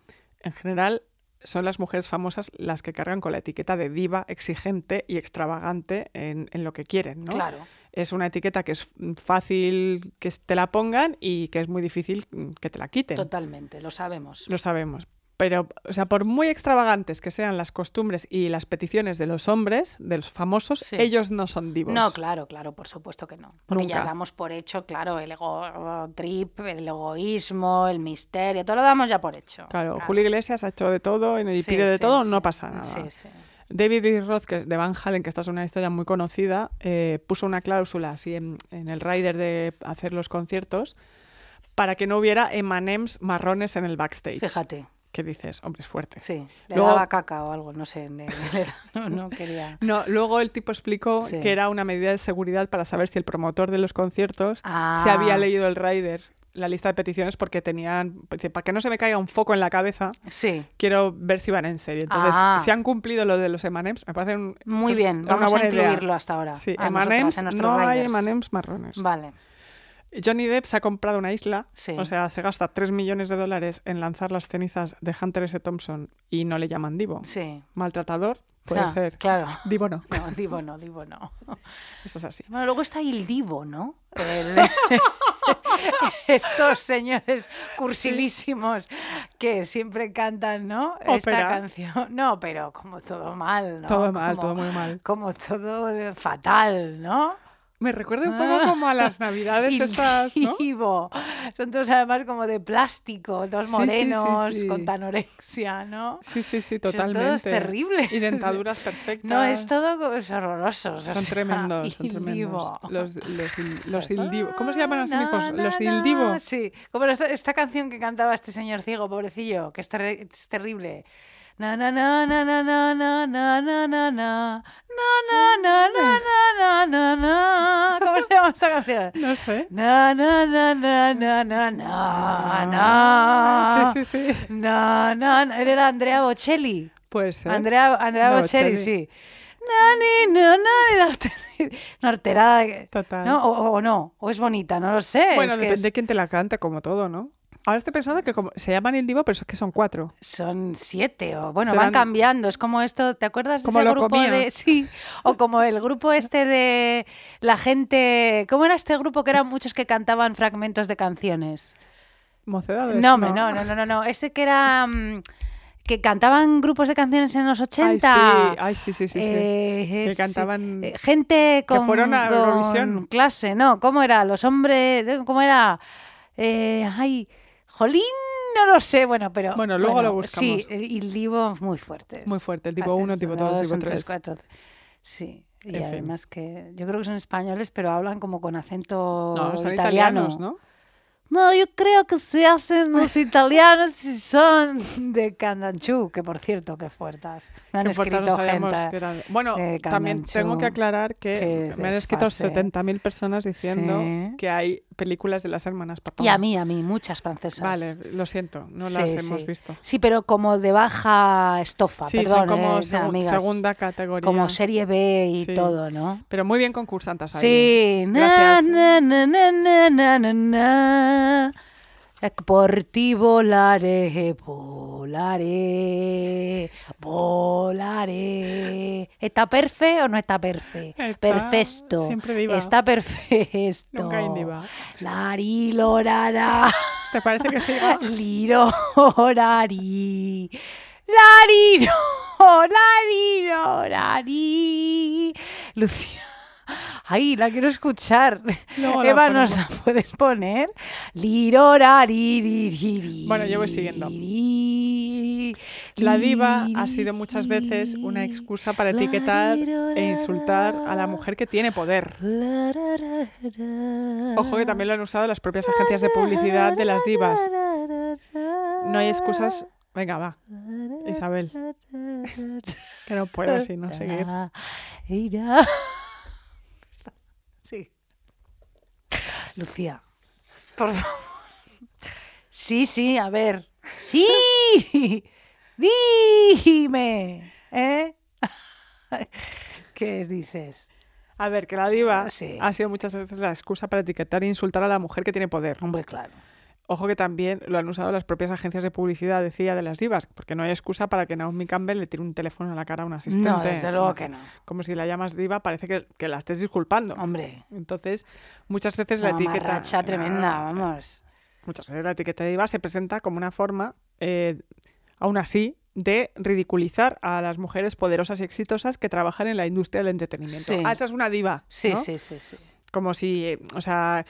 D: En general, son las mujeres famosas las que cargan con la etiqueta de diva exigente y extravagante en, en lo que quieren, ¿no?
C: Claro.
D: Es una etiqueta que es fácil que te la pongan y que es muy difícil mm, que te la quiten.
C: Totalmente, lo sabemos.
D: Lo sabemos. Pero, o sea, por muy extravagantes que sean las costumbres y las peticiones de los hombres, de los famosos,
C: Sí.
D: ellos no son divos.
C: No, claro, claro, por supuesto que no. Porque ya
D: Pues Nunca.
C: damos por hecho, claro, el ego oh, trip, el egoísmo, el misterio, todo lo damos ya por hecho.
D: Claro, Julio Iglesias ha hecho de todo, en el
C: Sí,
D: pide de
C: sí,
D: todo,
C: sí.
D: no pasa nada.
C: Sí, sí.
D: David E. Roth, que es de Van Halen, que esta es una historia muy conocida, eh, puso una cláusula así en, en el rider de hacer los conciertos para que no hubiera emanems marrones en el backstage.
C: Fíjate,
D: Que dices, hombre, es fuerte.
C: sí. Le
D: Luego-
C: daba caca o algo, no sé. le- le- no, no quería.
D: No, luego el tipo explicó
C: Sí.
D: que era una medida de seguridad para saber si el promotor de los conciertos
C: Ah.
D: se había leído el rider, la lista de peticiones, porque tenían, dice, para que no se me caiga un foco en la cabeza,
C: Sí,
D: quiero ver si van en serio. Entonces,
C: Ah.
D: si han cumplido lo de los M&M's, me parece un-
C: muy
D: es-
C: bien.
D: Pues era
C: Vamos
D: una
C: a
D: buena idea.
C: incluirlo hasta ahora.
D: Sí,
C: a nosotras,
D: M&M's,
C: en nuestros
D: no hay
C: riders.
D: M&M's marrones.
C: Vale,
D: Johnny Depp se ha comprado una isla,
C: Sí.
D: o sea, se gasta 3 millones de dólares en lanzar las cenizas de Hunter S. Thompson y no le llaman divo.
C: sí.
D: Maltratador,
C: O
D: puede
C: sea,
D: ser.
C: Claro.
D: Divo no,
C: No, divo no, divo no.
D: eso es así.
C: Bueno, luego está ahí el divo, ¿no? El- Estos señores cursilísimos que siempre cantan, ¿no? Esta
D: Ópera.
C: canción. No, pero como todo mal, ¿no?
D: Todo mal,
C: Como-
D: todo muy mal.
C: Como todo eh, fatal, ¿no?
D: Me recuerda un poco como a las navidades estas, ¿no?
C: Vivo. Son todos además como de plástico,
D: Sí,
C: dos
D: sí, sí,
C: morenos
D: sí.
C: con tanorexia, ¿no?
D: Sí, sí, sí,
C: Son todos
D: totalmente.
C: terribles.
D: Y dentaduras perfectas.
C: No, es todo co- es horroroso. o
D: Son
C: sea,
D: tremendos, son tremendos.
C: Ildivo.
D: Los, los, il- los ildivo. ¿Cómo se llaman a sí
C: Na,
D: mismos?
C: na,
D: Los
C: na,
D: ildivo.
C: Sí, como esta, esta canción que cantaba este señor ciego, pobrecillo, que es, terri- es terrible. Na na na na na na na na na na na na na na na na na na na ¿Cómo se llama esta canción?
D: No sé.
C: Na na na na na na na na
D: Sí, sí, sí.
C: na na na era Andrea Bocelli.
D: Puede ser.
C: Andrea, Andrea
D: No,
C: Bocelli,
D: Bocelli.
C: sí. Nani, no, nani, norte- norterada. que-
D: Total.
C: ¿no? O, o no, o es bonita, no lo sé.
D: Bueno,
C: es que
D: depende
C: es-
D: de quién te la canta, como todo, ¿no? Ahora estoy pensando que como, se llaman ildivo, pero es que son cuatro.
C: Son siete, o bueno,
D: Serán-
C: van cambiando. Es como esto, ¿te acuerdas de
D: Como
C: ese
D: lo
C: grupo
D: comía.
C: de. Sí, o como el grupo este de la gente. ¿Cómo era este grupo que eran muchos que cantaban fragmentos de canciones?
D: Mocedades.
C: No, hombre, no, no, no, no, no. Ese que era. mm, que cantaban grupos de canciones en los
D: Ay,
C: 80.
D: sí, ay, sí, sí, sí. sí.
C: Eh, eh,
D: que
C: sí.
D: cantaban.
C: Eh, gente
D: Mm. que
C: con,
D: fueron a
C: con
D: Eurovisión.
C: clase, ¿no? ¿Cómo era? Los hombres, eh, ¿cómo era? Eh, ay, jolín, no lo sé, bueno, pero...
D: Bueno, luego lo buscamos.
C: Sí, y libros muy fuertes.
D: Muy fuerte, el tipo uno,
C: Fuertes,
D: tipo dos, tipo
C: son tres,
D: tres.
C: cuatro. Sí, y
D: En fin.
C: además que yo creo que son españoles, pero hablan como con acento
D: no, son
C: italiano.
D: italianos, ¿no?
C: No, yo creo que se hacen los italianos y son de Candanchú, que por cierto, qué fuertes. Me han
D: Que por tanto
C: escrito
D: sabíamos
C: gente
D: que eran- Bueno,
C: de
D: también tengo que
C: Candanchú.
D: aclarar que
C: Qué
D: me han escrito
C: desfase.
D: 70.000 personas diciendo
C: Sí.
D: que hay películas de las hermanas papá.
C: Y a mí, a mí, muchas francesas.
D: Vale, lo siento, no
C: Sí,
D: las
C: sí.
D: hemos visto.
C: Sí, pero como de baja estofa,
D: Sí,
C: perdón,
D: son como
C: eh,
D: segu-
C: amigas.
D: segunda categoría.
C: Como serie B y
D: Sí.
C: todo, ¿no?
D: Pero muy bien concursantas ahí. ¿eh?
C: Sí, na,
D: Gracias.
C: na, na, na, na, na, na, na. Por ti volaré, volaré, volaré. ¿Está perfe o no está perfe?
D: Está
C: Perfecto.
D: siempre viva.
C: Está perfecto.
D: Nunca indiva.
C: Lari, lorara.
D: ¿Te parece que Ah, siga?
C: Liro, orari. Lariro, lariro, orari. Lucía. Ay, la quiero escuchar.
D: Luego la
C: Eva, ¿nos la
D: ponemos.
C: puedes poner? Lirorari.
D: Bueno, yo voy siguiendo. La diva ha sido muchas veces una excusa para etiquetar e insultar a la mujer que tiene poder. Ojo que también lo han usado las propias agencias de publicidad de las divas. No hay excusas. Venga, va. Isabel. Que no puedo así no seguir.
C: Ah, Ira. Sí. Lucía, por favor. Sí, sí, a ver. Sí. Dime. ¿Eh? ¿Qué dices?
D: A ver, que la diva
C: Sí.
D: ha sido muchas veces la excusa para etiquetar e insultar a la mujer que tiene poder.
C: Hombre, claro.
D: Ojo que también lo han usado las propias agencias de publicidad, decía, de las divas, porque no hay excusa para que Naomi Campbell le tire un teléfono a la cara a un asistente. Ah,
C: No, desde luego que no.
D: Como si la llamas diva, parece que, que la estés disculpando.
C: Hombre.
D: Entonces, muchas veces la
C: Una
D: etiqueta...
C: mamarracha tremenda,
D: Ah,
C: vamos.
D: Muchas veces la etiqueta de diva se presenta como una forma, eh, aún así, de ridiculizar a las mujeres poderosas y exitosas que trabajan en la industria del entretenimiento.
C: Sí.
D: Ah, esa es una diva.
C: Sí,
D: ¿no?
C: sí, sí, sí.
D: como si, eh, o sea,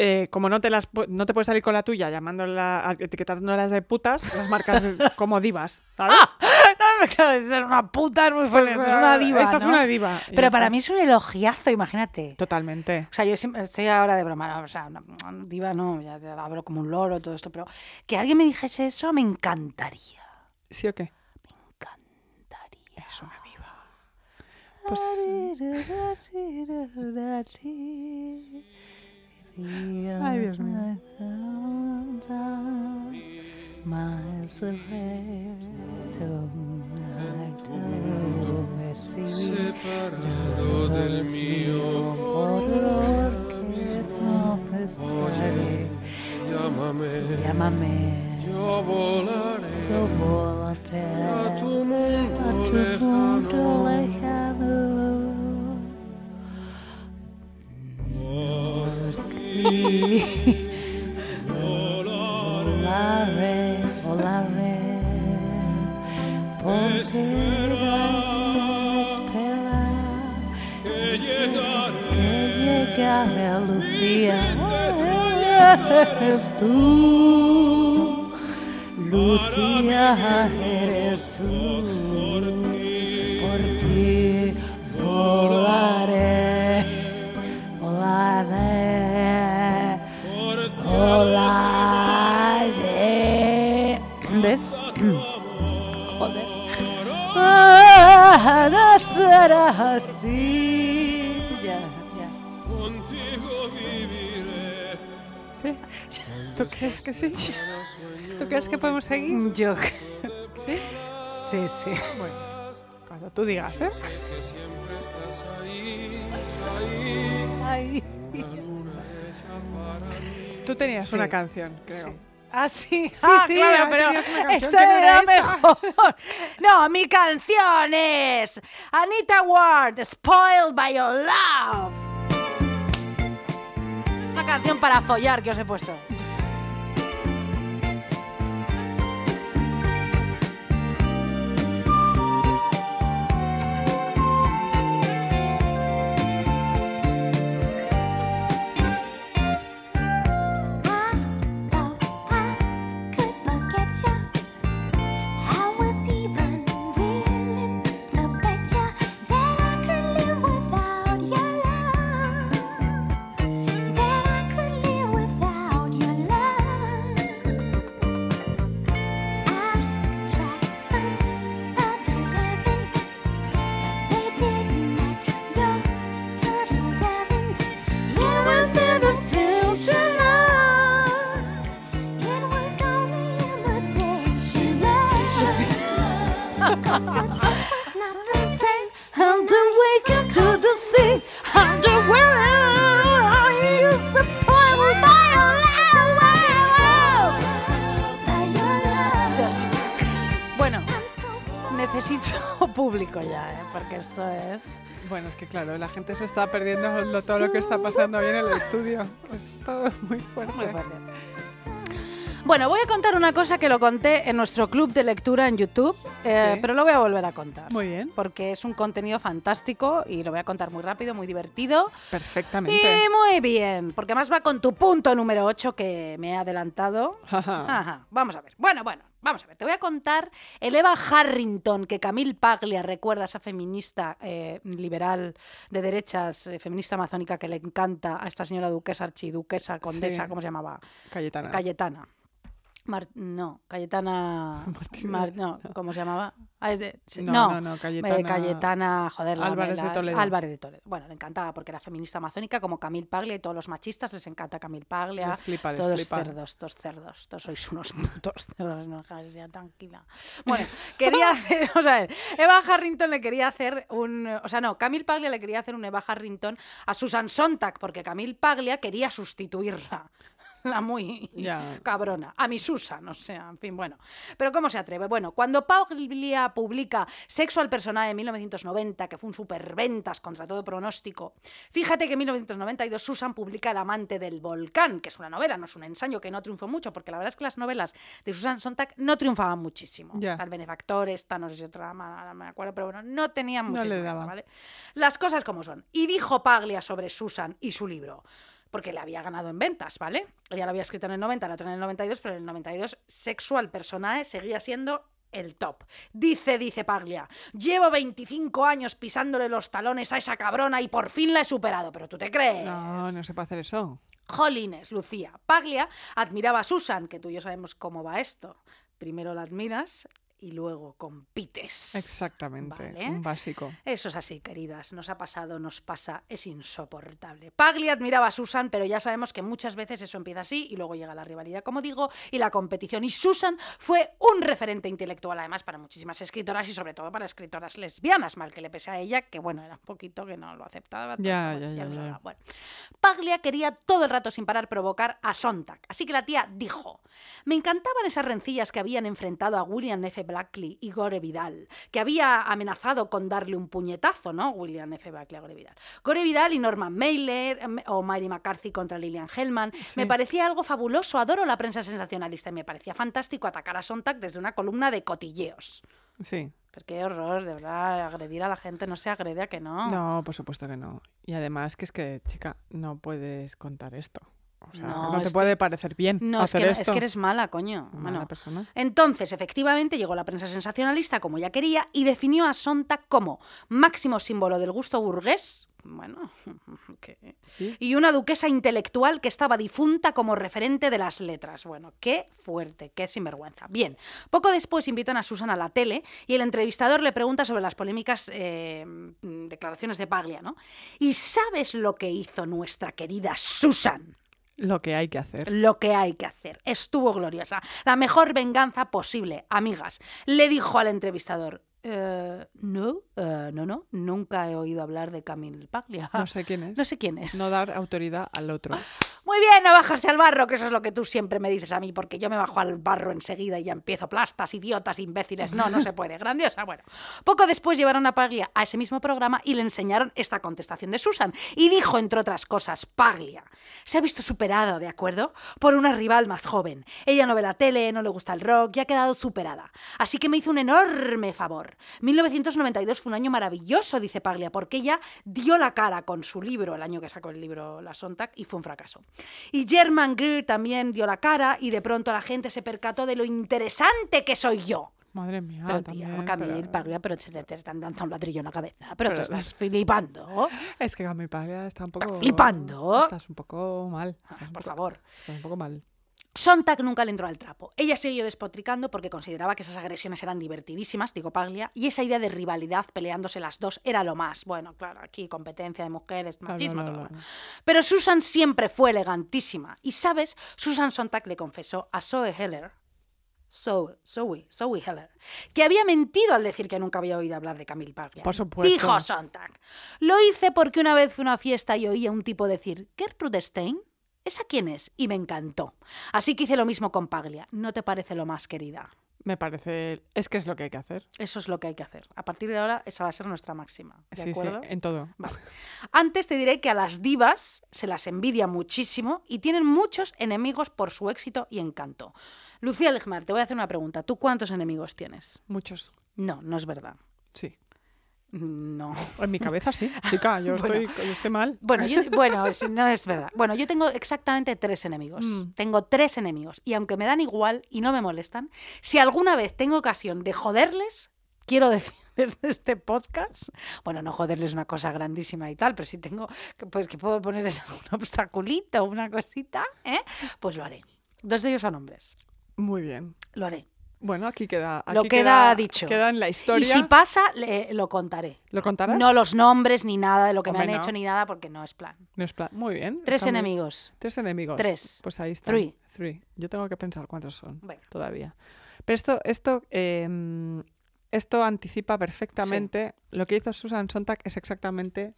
D: eh, como no te las pu- no te puedes salir con la tuya llamándola, a- etiquetándolas de putas, las marcas eh, como divas, ¿sabes?
C: No, hombre, claro, esta es una puta, es muy fuerte, esta Ah,
D: Ah,
C: pues es una diva.
D: Esta es
C: ¿no?
D: una diva. y ya
C: Pero para
D: está.
C: mí es un elogiazo, imagínate.
D: Totalmente.
C: O sea, yo siempre- estoy ahora de broma, ¿no? o sea, no, no, diva no, ya, ya hablo como un loro, todo esto, pero que alguien me dijese eso me encantaría.
D: ¿Sí o qué?
C: encantaría.
D: Es una diva. Pues Ay, Dios mío.
F: Separado del mío, oye, llámame,
C: Llámame,
F: yo volaré
C: yo volaré.
F: a tu mundo
C: tu
F: lejano.
C: mundo lejano. Volaré, volaré, por ti gran espera,
F: Que llegaré
K: María Lucía, eres tú. Lucía, eres tú. Por ti volaré, volaré, volaré. ¿Ves? Ahora será Ah, así. Ya, ya.
D: ¿Sí? ¿Tú crees que sí? ¿Tú crees que podemos seguir?
K: Yo.
D: ¿Sí?
K: Sí, sí.
D: Bueno, cuando tú digas, ¿eh?
K: Ay.
D: Tú tenías
K: Sí,
D: una canción, creo.
C: Ah, sí,
D: Sí,
C: Ah,
D: sí,
C: claro,
D: ahora
C: pero
D: tenías una canción
C: esta
D: que no
C: era
D: era esta.
C: mejor. No, mi canción es Anita Ward, Spoiled by Your Love. Es una canción para follar que os he puesto.
K: Cause the touch was not the same And the wake up to the sea And the world I used to pull by your love
C: Bueno, necesito público ya, ¿eh? porque esto es...
D: Bueno, es que claro, la gente se está perdiendo lo- todo lo que está pasando hoy en el estudio. Es todo muy fuerte.
C: Muy fuerte. Bueno, voy a contar una cosa que lo conté en nuestro club de lectura en YouTube, eh,
D: Sí.
C: pero lo voy a volver a contar.
D: Muy bien.
C: Porque es un contenido fantástico y lo voy a contar muy rápido, muy divertido.
D: Perfectamente.
C: Y muy bien, porque más va con tu punto número 8 que me he adelantado.
D: Ah.
C: Ajá, vamos a ver. Bueno, bueno, vamos a ver. Te voy a contar el Eva Harrington que Camille Paglia recuerda a esa feminista eh, liberal de derechas, eh, feminista amazónica que le encanta a esta señora duquesa, archiduquesa, condesa,
D: Sí. Ah.
C: ¿cómo se llamaba?
D: Cayetana.
C: Cayetana. Mar- no, Cayetana. Mar- no, ¿cómo se llamaba? Ah, es de- sí,
D: No, no, no,
C: eh,
D: Cayetana-
C: Cayetana, joder, la-
D: Álvarez de
C: la-
D: Toledo.
C: Álvarez de Toledo. Bueno, le encantaba porque era feminista amazónica como Camille Paglia y todos los machistas les encanta Camille Paglia.
D: Les flipa, les
C: todos
D: flipa.
C: cerdos, todos cerdos, todos sois unos putos cerdos, no dejáis ya tranquila. Bueno, quería hacer, vamos a ver, Eva Harrington le quería hacer un, eh, o sea, no, Camille Paglia le quería hacer un Eva Harrington a Susan Sontag porque Camille Paglia quería sustituirla. La muy
D: Ya.
C: cabrona. A mi Susan, o sea, en fin, bueno. Pero ¿cómo se atreve? Bueno, cuando Paglia publica Sexo al personaje en 1990, que fue un superventas contra todo pronóstico, fíjate que en 1992 Susan publica El amante del volcán, que es una novela, no es un ensayo que no triunfó mucho, porque la verdad es que las novelas de Susan Sontag no triunfaban muchísimo.
D: Ya.
C: Está El benefactor, esta, no sé si otra, ma- no me acuerdo, pero bueno, no tenían
D: No
C: muchísimo.
D: le
C: éxito,
D: daba.
C: ¿vale? Las cosas como son. Y dijo Paglia sobre Susan y su libro porque la había ganado en ventas, ¿vale? Ella la había escrito en el 90, la otra en el 92, pero en el 92 Sexual Personae seguía siendo el top. Dice, dice Paglia, llevo 25 años pisándole los talones a esa cabrona y por fin la he superado, pero tú te crees.
D: No, no se puede hacer eso.
C: Jolines, Lucía. Paglia admiraba a Susan, que tú y yo sabemos cómo va esto. Primero la admiras y luego compites.
D: Exactamente.
C: Vale.
D: Un básico.
C: Eso es así, queridas. Nos ha pasado, nos pasa, es insoportable. Pagli admiraba a Susan, pero ya sabemos que muchas veces eso empieza así y luego llega la rivalidad, como digo, y la competición. Y Susan fue un referente intelectual, además, para muchísimas escritoras y sobre todo para escritoras lesbianas, mal que le pese a ella, que bueno, era un poquito que no lo aceptaba. todo
D: Ya,
C: esto,
D: ya, ya,
C: bueno, lo
D: ya.
C: sabía. Bueno, Paglia quería todo el rato sin parar provocar a Sontag, así que la tía dijo: Me encantaban esas rencillas que habían enfrentado a William F. Blackley y Gore Vidal, que había amenazado con darle un puñetazo, ¿no? William F. Blackley a Gore Vidal. Gore Vidal y Norman Mailer em, o Mary McCarthy contra Lillian Hellman. Me parecía algo fabuloso, adoro la prensa sensacionalista y me parecía fantástico atacar a Sontag desde una columna de cotilleos.
D: Sí.
C: Pero qué horror, de verdad, agredir a la gente no se agrede a que no.
D: No, por supuesto que no. Y además que es que, chica, no puedes contar esto. O sea,
C: No,
D: no,
C: es
D: te
C: que-
D: puede parecer bien
C: No, es que,
D: hacer
C: no-
D: esto.
C: es que eres mala, coño.
D: Mala
C: Bueno,
D: persona.
C: Entonces, efectivamente, llegó la prensa sensacionalista como ya quería y definió a Sonta como máximo símbolo del gusto burgués. Bueno, ok. Y una duquesa intelectual que estaba difunta como referente de las letras. Bueno, qué fuerte, qué sinvergüenza. Bien, poco después invitan a Susan a la tele y el entrevistador le pregunta sobre las polémicas eh, mm, declaraciones de Paglia, ¿no? ¿Y sabes lo que hizo nuestra querida Susan?
D: Lo que hay que hacer.
C: Lo que hay que hacer. Estuvo gloriosa. La mejor venganza posible, amigas. Le dijo al entrevistador. "Eh, no, eh, no, no. Nunca he oído hablar de Camille Paglia.
D: No sé quién es.
C: No sé quién es.
D: No dar autoridad al otro.
C: Muy bien, no bajarse al barro, que eso es lo que tú siempre me dices a mí, porque yo me bajo al barro enseguida y ya empiezo plastas, idiotas, imbéciles. No, no se puede. Grandiosa. Bueno, poco después llevaron a Paglia a ese mismo programa y le enseñaron esta contestación de Susan. Y dijo, entre otras cosas, Paglia se ha visto superada, ¿de acuerdo? Por una rival más joven. Ella no ve la tele, no le gusta el rock y ha quedado superada. Así que me hizo un enorme favor. 1992 fue un año maravilloso, dice Paglia, porque ella dio la cara con su libro, el año que sacó el libro La Sontag, y fue un fracaso. Y German Greer también dio la cara y de pronto la gente se percató de lo interesante que soy yo.
D: Madre mía,
C: Pero tía,
D: Ah, también.
C: Camille
D: pero-
C: Paglia, pero te, te, te han lanzado un ladrillo en la cabeza. Pero, tú
D: Pero-
C: estás flipando.
D: Es que Camille Paglia está un poco...
C: flipando. Ah,
D: Estás un poco mal. Estás un
C: Por
D: poco-
C: favor.
D: Estás un poco mal.
C: Sontag nunca le entró al trapo. Ella siguió despotricando porque consideraba que esas agresiones eran divertidísimas, digo Paglia, y esa idea de rivalidad peleándose las dos era lo más. Bueno, claro, aquí competencia de mujeres,
D: Bla, bla,
C: machismo,
D: bla,
C: todo lo
D: bla.
C: demás. Pero Susan siempre fue elegantísima. Y sabes, Susan Sontag le confesó a Zoe Heller, Zoe, Zoe, Zoe Heller, que había mentido al decir que nunca había oído hablar de Camille Paglia.
D: Por supuesto.
C: Dijo Sontag. Lo hice porque una vez fui a una fiesta y oí a un tipo decir, Gertrude Stein, ¿esa quién es? Y me encantó. Así que hice lo mismo con Paglia. ¿No te parece lo más, querida?
D: Me parece... Es que es lo que hay que hacer.
C: Eso es lo que hay que hacer. A partir de ahora, esa va a ser nuestra máxima. ¿De
D: sí,
C: acuerdo?
D: sí, en todo.
C: Antes te diré que a las divas se las envidia muchísimo y tienen muchos enemigos por su éxito y encanto. Lucía Legmar, te voy a hacer una pregunta. ¿Tú cuántos enemigos tienes?
D: Muchos.
C: No, no es verdad.
D: Sí.
C: No.
D: En mi cabeza sí. Chica, yo,
C: Bueno.
D: estoy, yo estoy mal.
C: Bueno, yo, bueno, es- no es verdad. Bueno, yo tengo exactamente tres enemigos.
D: Mm.
C: Tengo tres enemigos. Y aunque me dan igual y no me molestan, si alguna vez tengo ocasión de joderles, quiero decir desde este podcast, bueno, no joderles una cosa grandísima y tal, pero si tengo, que- pues que puedo ponerles algún obstaculito, una cosita, ¿eh? pues lo haré. Dos de ellos son hombres.
D: Muy bien.
C: Lo haré.
D: Bueno, aquí queda...
C: Lo
D: aquí
C: queda dicho.
D: Queda en la historia.
C: Y si pasa, le- lo contaré.
D: ¿Lo contarás?
C: No los nombres ni nada de lo que me
D: Hombre,
C: han
D: no.
C: hecho ni nada, porque no es plan.
D: No es plan- Muy bien.
C: Tres
D: está muy-
C: enemigos.
D: Tres enemigos.
C: Tres.
D: Pues ahí está.
C: Three.
D: Yo tengo que pensar cuántos son
C: Venga.
D: todavía. Pero esto, esto, eh, esto anticipa perfectamente. Lo que hizo Susan Sontag es exactamente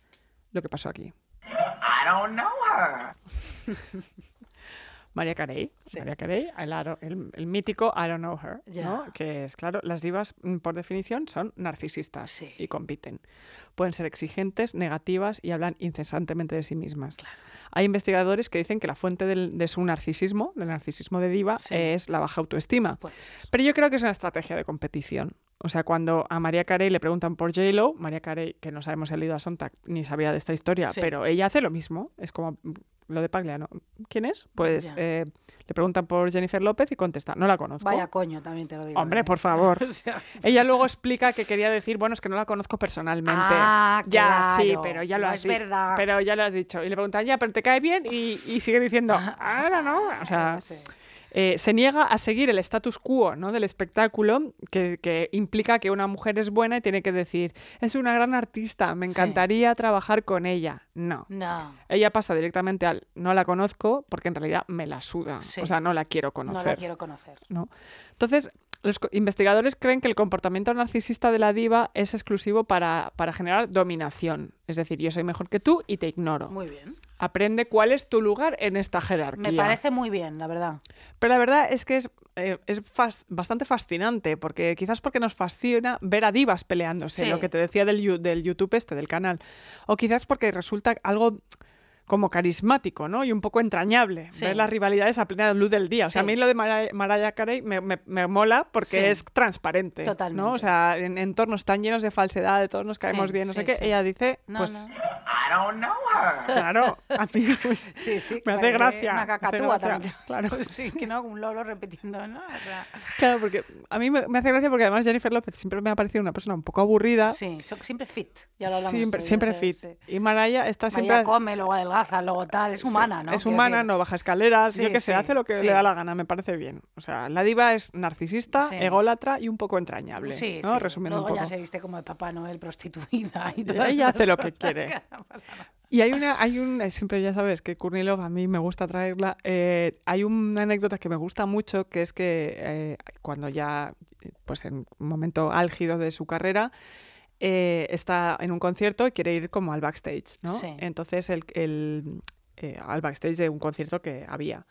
D: lo que pasó aquí.
E: I don't know her.
D: María Carey, María Carey, el, aro- el- el mítico I don't know her,
C: Ya.
D: ¿no? que es claro, las divas mm, por definición son narcisistas
C: Sí.
D: y compiten. Pueden ser exigentes, negativas y hablan incesantemente de sí mismas. Hay investigadores que dicen que la fuente del- de su narcisismo, del narcisismo de diva,
C: Sí.
D: es la baja autoestima.
C: Puede ser.
D: Pero yo creo que es una estrategia de competición. O sea, cuando a María Carey le preguntan por J-Lo, María Carey, que no sabemos si ha leído a Sontag ni sabía de esta historia,
C: Sí.
D: pero ella hace lo mismo. Es como mm, lo de Paglia, ¿no? ¿Quién es? Pues
C: Ya.
D: eh, le preguntan por Jennifer López y contesta, no la conozco.
C: Vaya coño, también te lo digo.
D: Hombre,
C: ¿eh?
D: por favor.
C: O sea,
D: Ella luego explica que quería decir, bueno, es que no la conozco personalmente.
C: Ah,
D: ya, sí,
C: claro.
D: pero ya lo
C: No
D: has
C: es verdad.
D: Pero ya lo has dicho. Y le preguntan, ya, pero te cae bien y, y sigue diciendo, ahora no. O sea,
C: Ah. sí.
D: eh, se niega a seguir el status quo ¿no? del espectáculo, que, que implica que una mujer es buena y tiene que decir, es una gran artista, me
C: Sí. Mm.
D: encantaría trabajar con ella. No.
C: No,
D: Ella pasa directamente al no la conozco porque en realidad me la suda.
C: Sí.
D: O sea, no la quiero
C: no
D: conocer.
C: la quiero conocer.
D: ¿no? Entonces, los co- investigadores creen que el comportamiento narcisista de la diva es exclusivo para, para generar dominación. Es decir, yo soy mejor que tú y te ignoro.
C: Muy bien.
D: Aprende cuál es tu lugar en esta jerarquía.
C: Me parece muy bien, la verdad.
D: Pero la verdad es que es, eh, es fas- bastante fascinante, porque quizás porque nos fascina ver a divas peleándose,
C: Sí.
D: lo que te decía del, yu- del YouTube este, del canal. O quizás porque resulta algo como carismático, ¿no? Y un poco entrañable.
L: Sí.
D: Ver las rivalidades a plena luz del día. O sea,
L: Sí.
D: a mí lo de Mara- Mariah Carey me, me- me mola porque
L: Sí.
D: es transparente. ¿no?
L: Totalmente.
D: O sea, en entornos tan llenos de falsedad, de todos nos caemos
L: Sí,
D: bien, no sé
L: sí,
D: qué.
L: sí.
D: Ella dice,
L: No,
D: pues...
L: no.
D: I don't know her. Claro, a mí pues, me hace
C: parece
D: gracia. me
C: Una
D: hace
C: cacatúa
D: gracia,
C: también.
D: Claro.
C: Sí, que no, un lolo repitiendo, ¿no? O sea,
D: Claro, porque a mí me, me hace gracia porque además Jennifer López siempre me ha parecido una persona un poco aburrida.
C: Sí, so- siempre fit. Ya lo hablamos
D: Ah. siempre
C: tú, ya
D: siempre
C: sé,
D: fit.
C: sí.
D: Y Maraya está siempre.
C: María come, luego adelgaza, luego tal. Es
D: sí,
C: humana, ¿no?
D: Es
C: Quiero
D: humana,
C: decir,
D: no baja escaleras,
C: Sí,
D: yo que sé,
C: sí,
D: hace lo que
C: sí.
D: le da la gana, me parece bien. O sea, la diva es narcisista,
C: Sí.
D: ególatra y un poco entrañable.
C: Sí,
D: ¿no?
C: sí.
D: Resumiendo
C: luego
D: un poco.
C: ya se viste como de Papá Noel prostituida y
D: Ella
C: todo
D: hace lo que quiere. Y hay una, hay un, eh, siempre ya sabes que Kurnilov a mí me gusta traerla. eh, hay una anécdota que me gusta mucho, que es que eh, cuando ya, eh, pues en un momento álgido de su carrera, eh, está en un concierto y quiere ir como al backstage, ¿no?
L: Sí.
D: Entonces el, el, eh, al backstage de un concierto que había.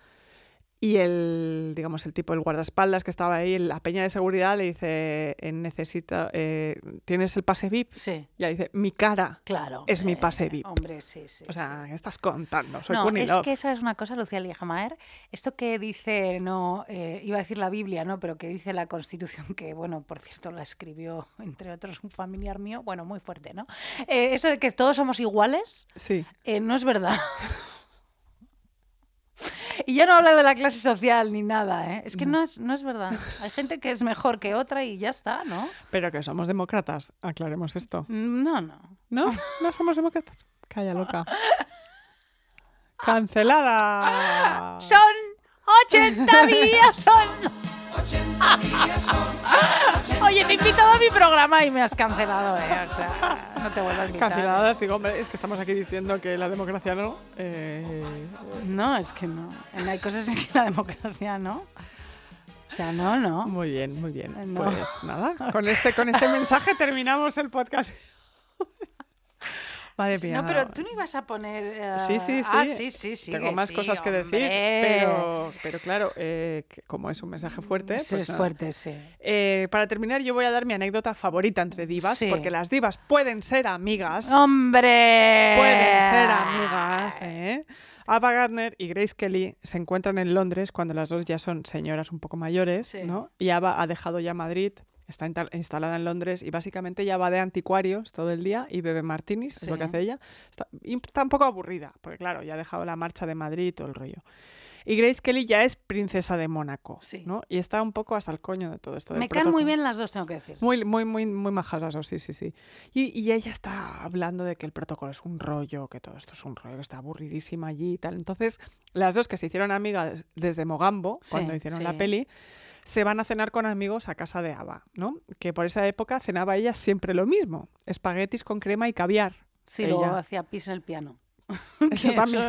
D: Y el, digamos, el tipo, el guardaespaldas que estaba ahí, la peña de seguridad le dice, eh, necesita, eh, ¿tienes el pase VIP?
C: Sí.
D: Y ahí dice, mi cara
C: Claro,
D: es mi pase VIP.
C: Hombre, sí, sí.
D: O sea, ¿qué estás contando? Soy
C: no,
D: Courtney
C: es
D: Love.
C: que esa es una cosa, Lucía Liegemaer. Esto que dice, no, eh, iba a decir la Biblia, ¿no? Pero que dice la Constitución, que, bueno, por cierto, la escribió, entre otros, un familiar mío, bueno, muy fuerte, ¿no? Eh, eso de que todos somos iguales,
D: Sí.
C: eh, no es verdad. Y ya no hablo de la clase social ni nada, ¿eh? Es
D: Mm.
C: que no es, no es verdad. Hay gente que es mejor que otra y ya está, ¿no? Mm,
D: Pero que somos demócratas, aclaremos esto.
C: No, no.
D: ¿No? No somos demócratas. Calla loca. Cancelada.
C: Son 80 días, son... Oye, te he invitado a mi programa y me has cancelado, ¿eh? O sea, no te vuelvo a invitar.
D: Canceladas, digo, hombre, es que estamos aquí diciendo que la democracia no. eh,
C: No, es que no. Hay cosas en que la democracia, ¿no? O sea, no, no.
D: Muy bien, muy bien.
C: No.
D: Pues nada, con este, con este mensaje terminamos el podcast. Madre mía.
C: No, pero tú no ibas a poner... eh,
D: Sí, sí, sí.
C: Ah, sí, sí, sí.
D: Tengo más
C: sí,
D: cosas que decir,
C: hombre.
D: pero, pero claro, eh, que como es un mensaje fuerte,
C: Sí,
D: pues
C: es
D: nada.
C: fuerte, sí.
D: Eh, para terminar, yo voy a dar mi anécdota favorita entre divas,
C: Sí.
D: porque las divas pueden ser amigas.
C: ¡Hombre!
D: Pueden ser amigas, ¿eh? Ava Gardner y Grace Kelly se encuentran en Londres cuando las dos ya son señoras un poco mayores, ¿no? Y Ava ha dejado ya Madrid, está inta- instalada en Londres y básicamente ya va de anticuarios todo el día y bebe martinis, es lo que
L: Sí.
D: hace ella. Está, y está un poco aburrida, porque claro, ya ha dejado la marcha de Madrid y todo el rollo. Y Grace Kelly ya es princesa de Mónaco, ¿no? Y está un poco hasta el coño de todo esto. del
C: Me caen muy
D: protocolo.
C: bien las dos, tengo que decir.
D: Muy, muy, muy, muy majas las dos, sí, sí, sí. Y, y ella está hablando de que el protocolo es un rollo, que todo esto es un rollo, que está aburridísima allí y tal. Entonces, las dos que se hicieron amigas desde Mogambo,
L: Sí,
D: cuando hicieron
L: sí.
D: la peli, se van a cenar con amigos a casa de Ava, ¿no? Que por esa época cenaba ella siempre lo mismo, espaguetis con crema y caviar.
C: Sí,
D: Ella.
C: luego hacía pis en el piano.
D: Eso
C: Que
D: también.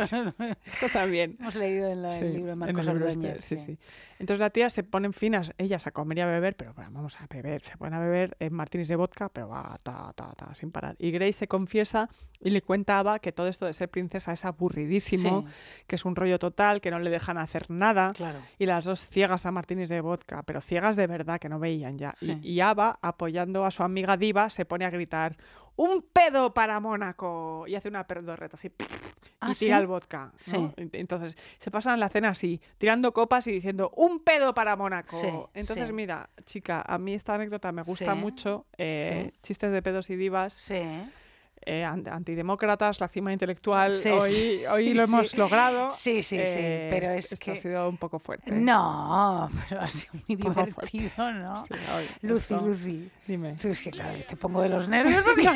D: Eso también.
C: Hemos leído en la- el
D: Sí,
C: libro de
D: en
C: Marcos
D: el libro este,
C: Ordóñez,
D: sí, sí. Entonces las tías se ponen finas, ellas a comer y a beber, pero bueno, vamos a beber, se ponen a beber eh, martinis de vodka, pero va, ta, ta, ta, sin parar. Y Grace se confiesa y le cuenta a Ava que todo esto de ser princesa es aburridísimo, que es un rollo total, que no le dejan hacer nada. Y las dos ciegas a martinis de vodka, pero ciegas de verdad, que no veían ya. Y-
L: Sí.
D: Y, Ava, apoyando a su amiga diva, se pone a gritar, ¡un pedo para Mónaco! Y hace una perdorreta así,
L: Ah,
D: y tira
L: ¿sí?
D: el vodka.
L: Sí.
D: ¿no? Ent- Entonces, se pasan la cena así, tirando copas y diciendo, un pedo para Mónaco.
L: Sí,
D: Entonces,
L: sí.
D: mira, chica, a mí esta anécdota me gusta
L: Sí,
D: mucho. eh, Chistes de pedos y divas. eh, an- antidemócratas, la cima intelectual.
C: Sí,
D: hoy
C: sí,
D: hoy lo
C: sí.
D: hemos logrado.
C: Sí, sí, sí, pero
D: est-
C: es
D: esto
C: que-
D: ha sido un poco fuerte.
C: No, pero ha sido muy
D: Un poco fuerte.
C: divertido, ¿no?
D: Sí, hoy
C: Lucy,
D: esto-
C: Lucy.
D: Dime.
C: Tú es que claro, te pongo de los nervios porque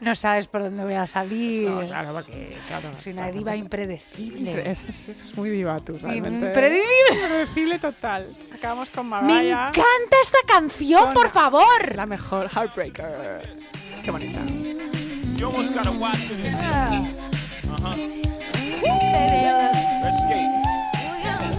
C: no, sabes por dónde voy a salir.
D: No, claro, porque, claro,
C: Soy una
D: estamos-
C: diva impredecible.
D: Es, es- es muy diva tú, realmente.
C: Impredecible.
D: Impredecible total. Nos acabamos con Mariah.
C: Me encanta esta canción, por favor.
D: La mejor Heartbreaker. Qué bonita.
M: You almost gotta watch it. Uh huh. Let's skate.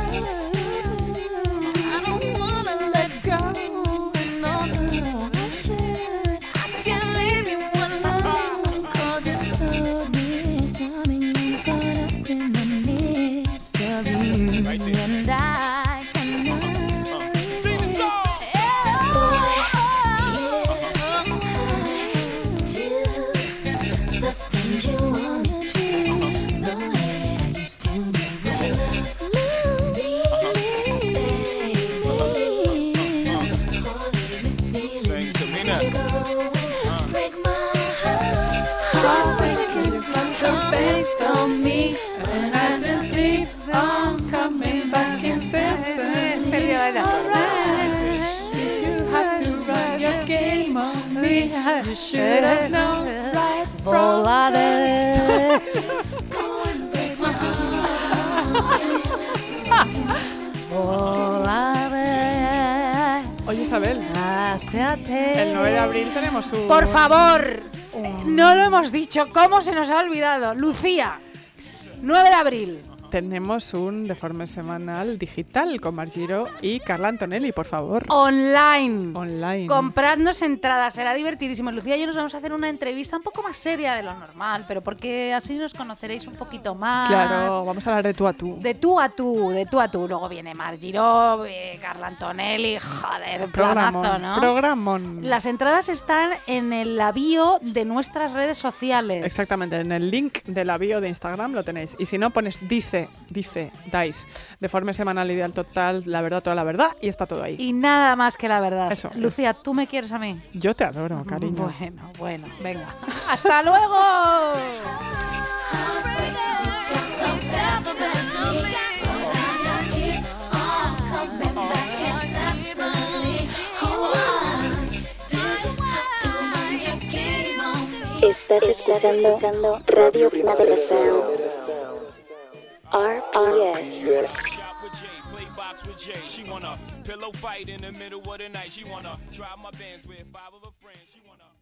K: And I cannot resist. Yeah. Do the things you wanna do, the should have known right from the start. Go and break my
C: Oh,
D: Oye, Isabel. El 9 de abril tenemos un.
C: Por favor,
D: Oh.
C: no lo hemos dicho. ¿Cómo se nos ha olvidado? Lucía, 9 de abril.
D: Tenemos un deforme semanal digital con Margiro y Carla Antonelli, por favor.
C: Online.
D: Online.
C: Compradnos entradas, será divertidísimo. Lucía y yo nos vamos a hacer una entrevista un poco más seria de lo normal, pero porque así nos conoceréis un poquito más.
D: Claro, vamos a hablar de tú a tú.
C: De tú a tú, de tú a tú. Luego viene Margiro, eh, Carla Antonelli, joder,
D: Programón,
C: planazo, ¿no?
D: programón.
C: Las entradas están en el la bio de nuestras redes sociales.
D: Exactamente, en el link de la bio de Instagram lo tenéis. Y si no, pones dice, dice, dais, deforme semanal ideal total, la verdad, toda la verdad, y está todo ahí.
C: Y nada más que la verdad.
D: Eso es.
C: Lucía, tú me quieres a mí.
D: Yo te adoro, cariño.
C: Bueno, bueno, venga. ¡Hasta luego!
J: Estás escuchando Radio Primavera Sound. RPS.
M: She wanna pillow fight in the middle of the night. She wanna drive my bands with five of her friends. She wanna.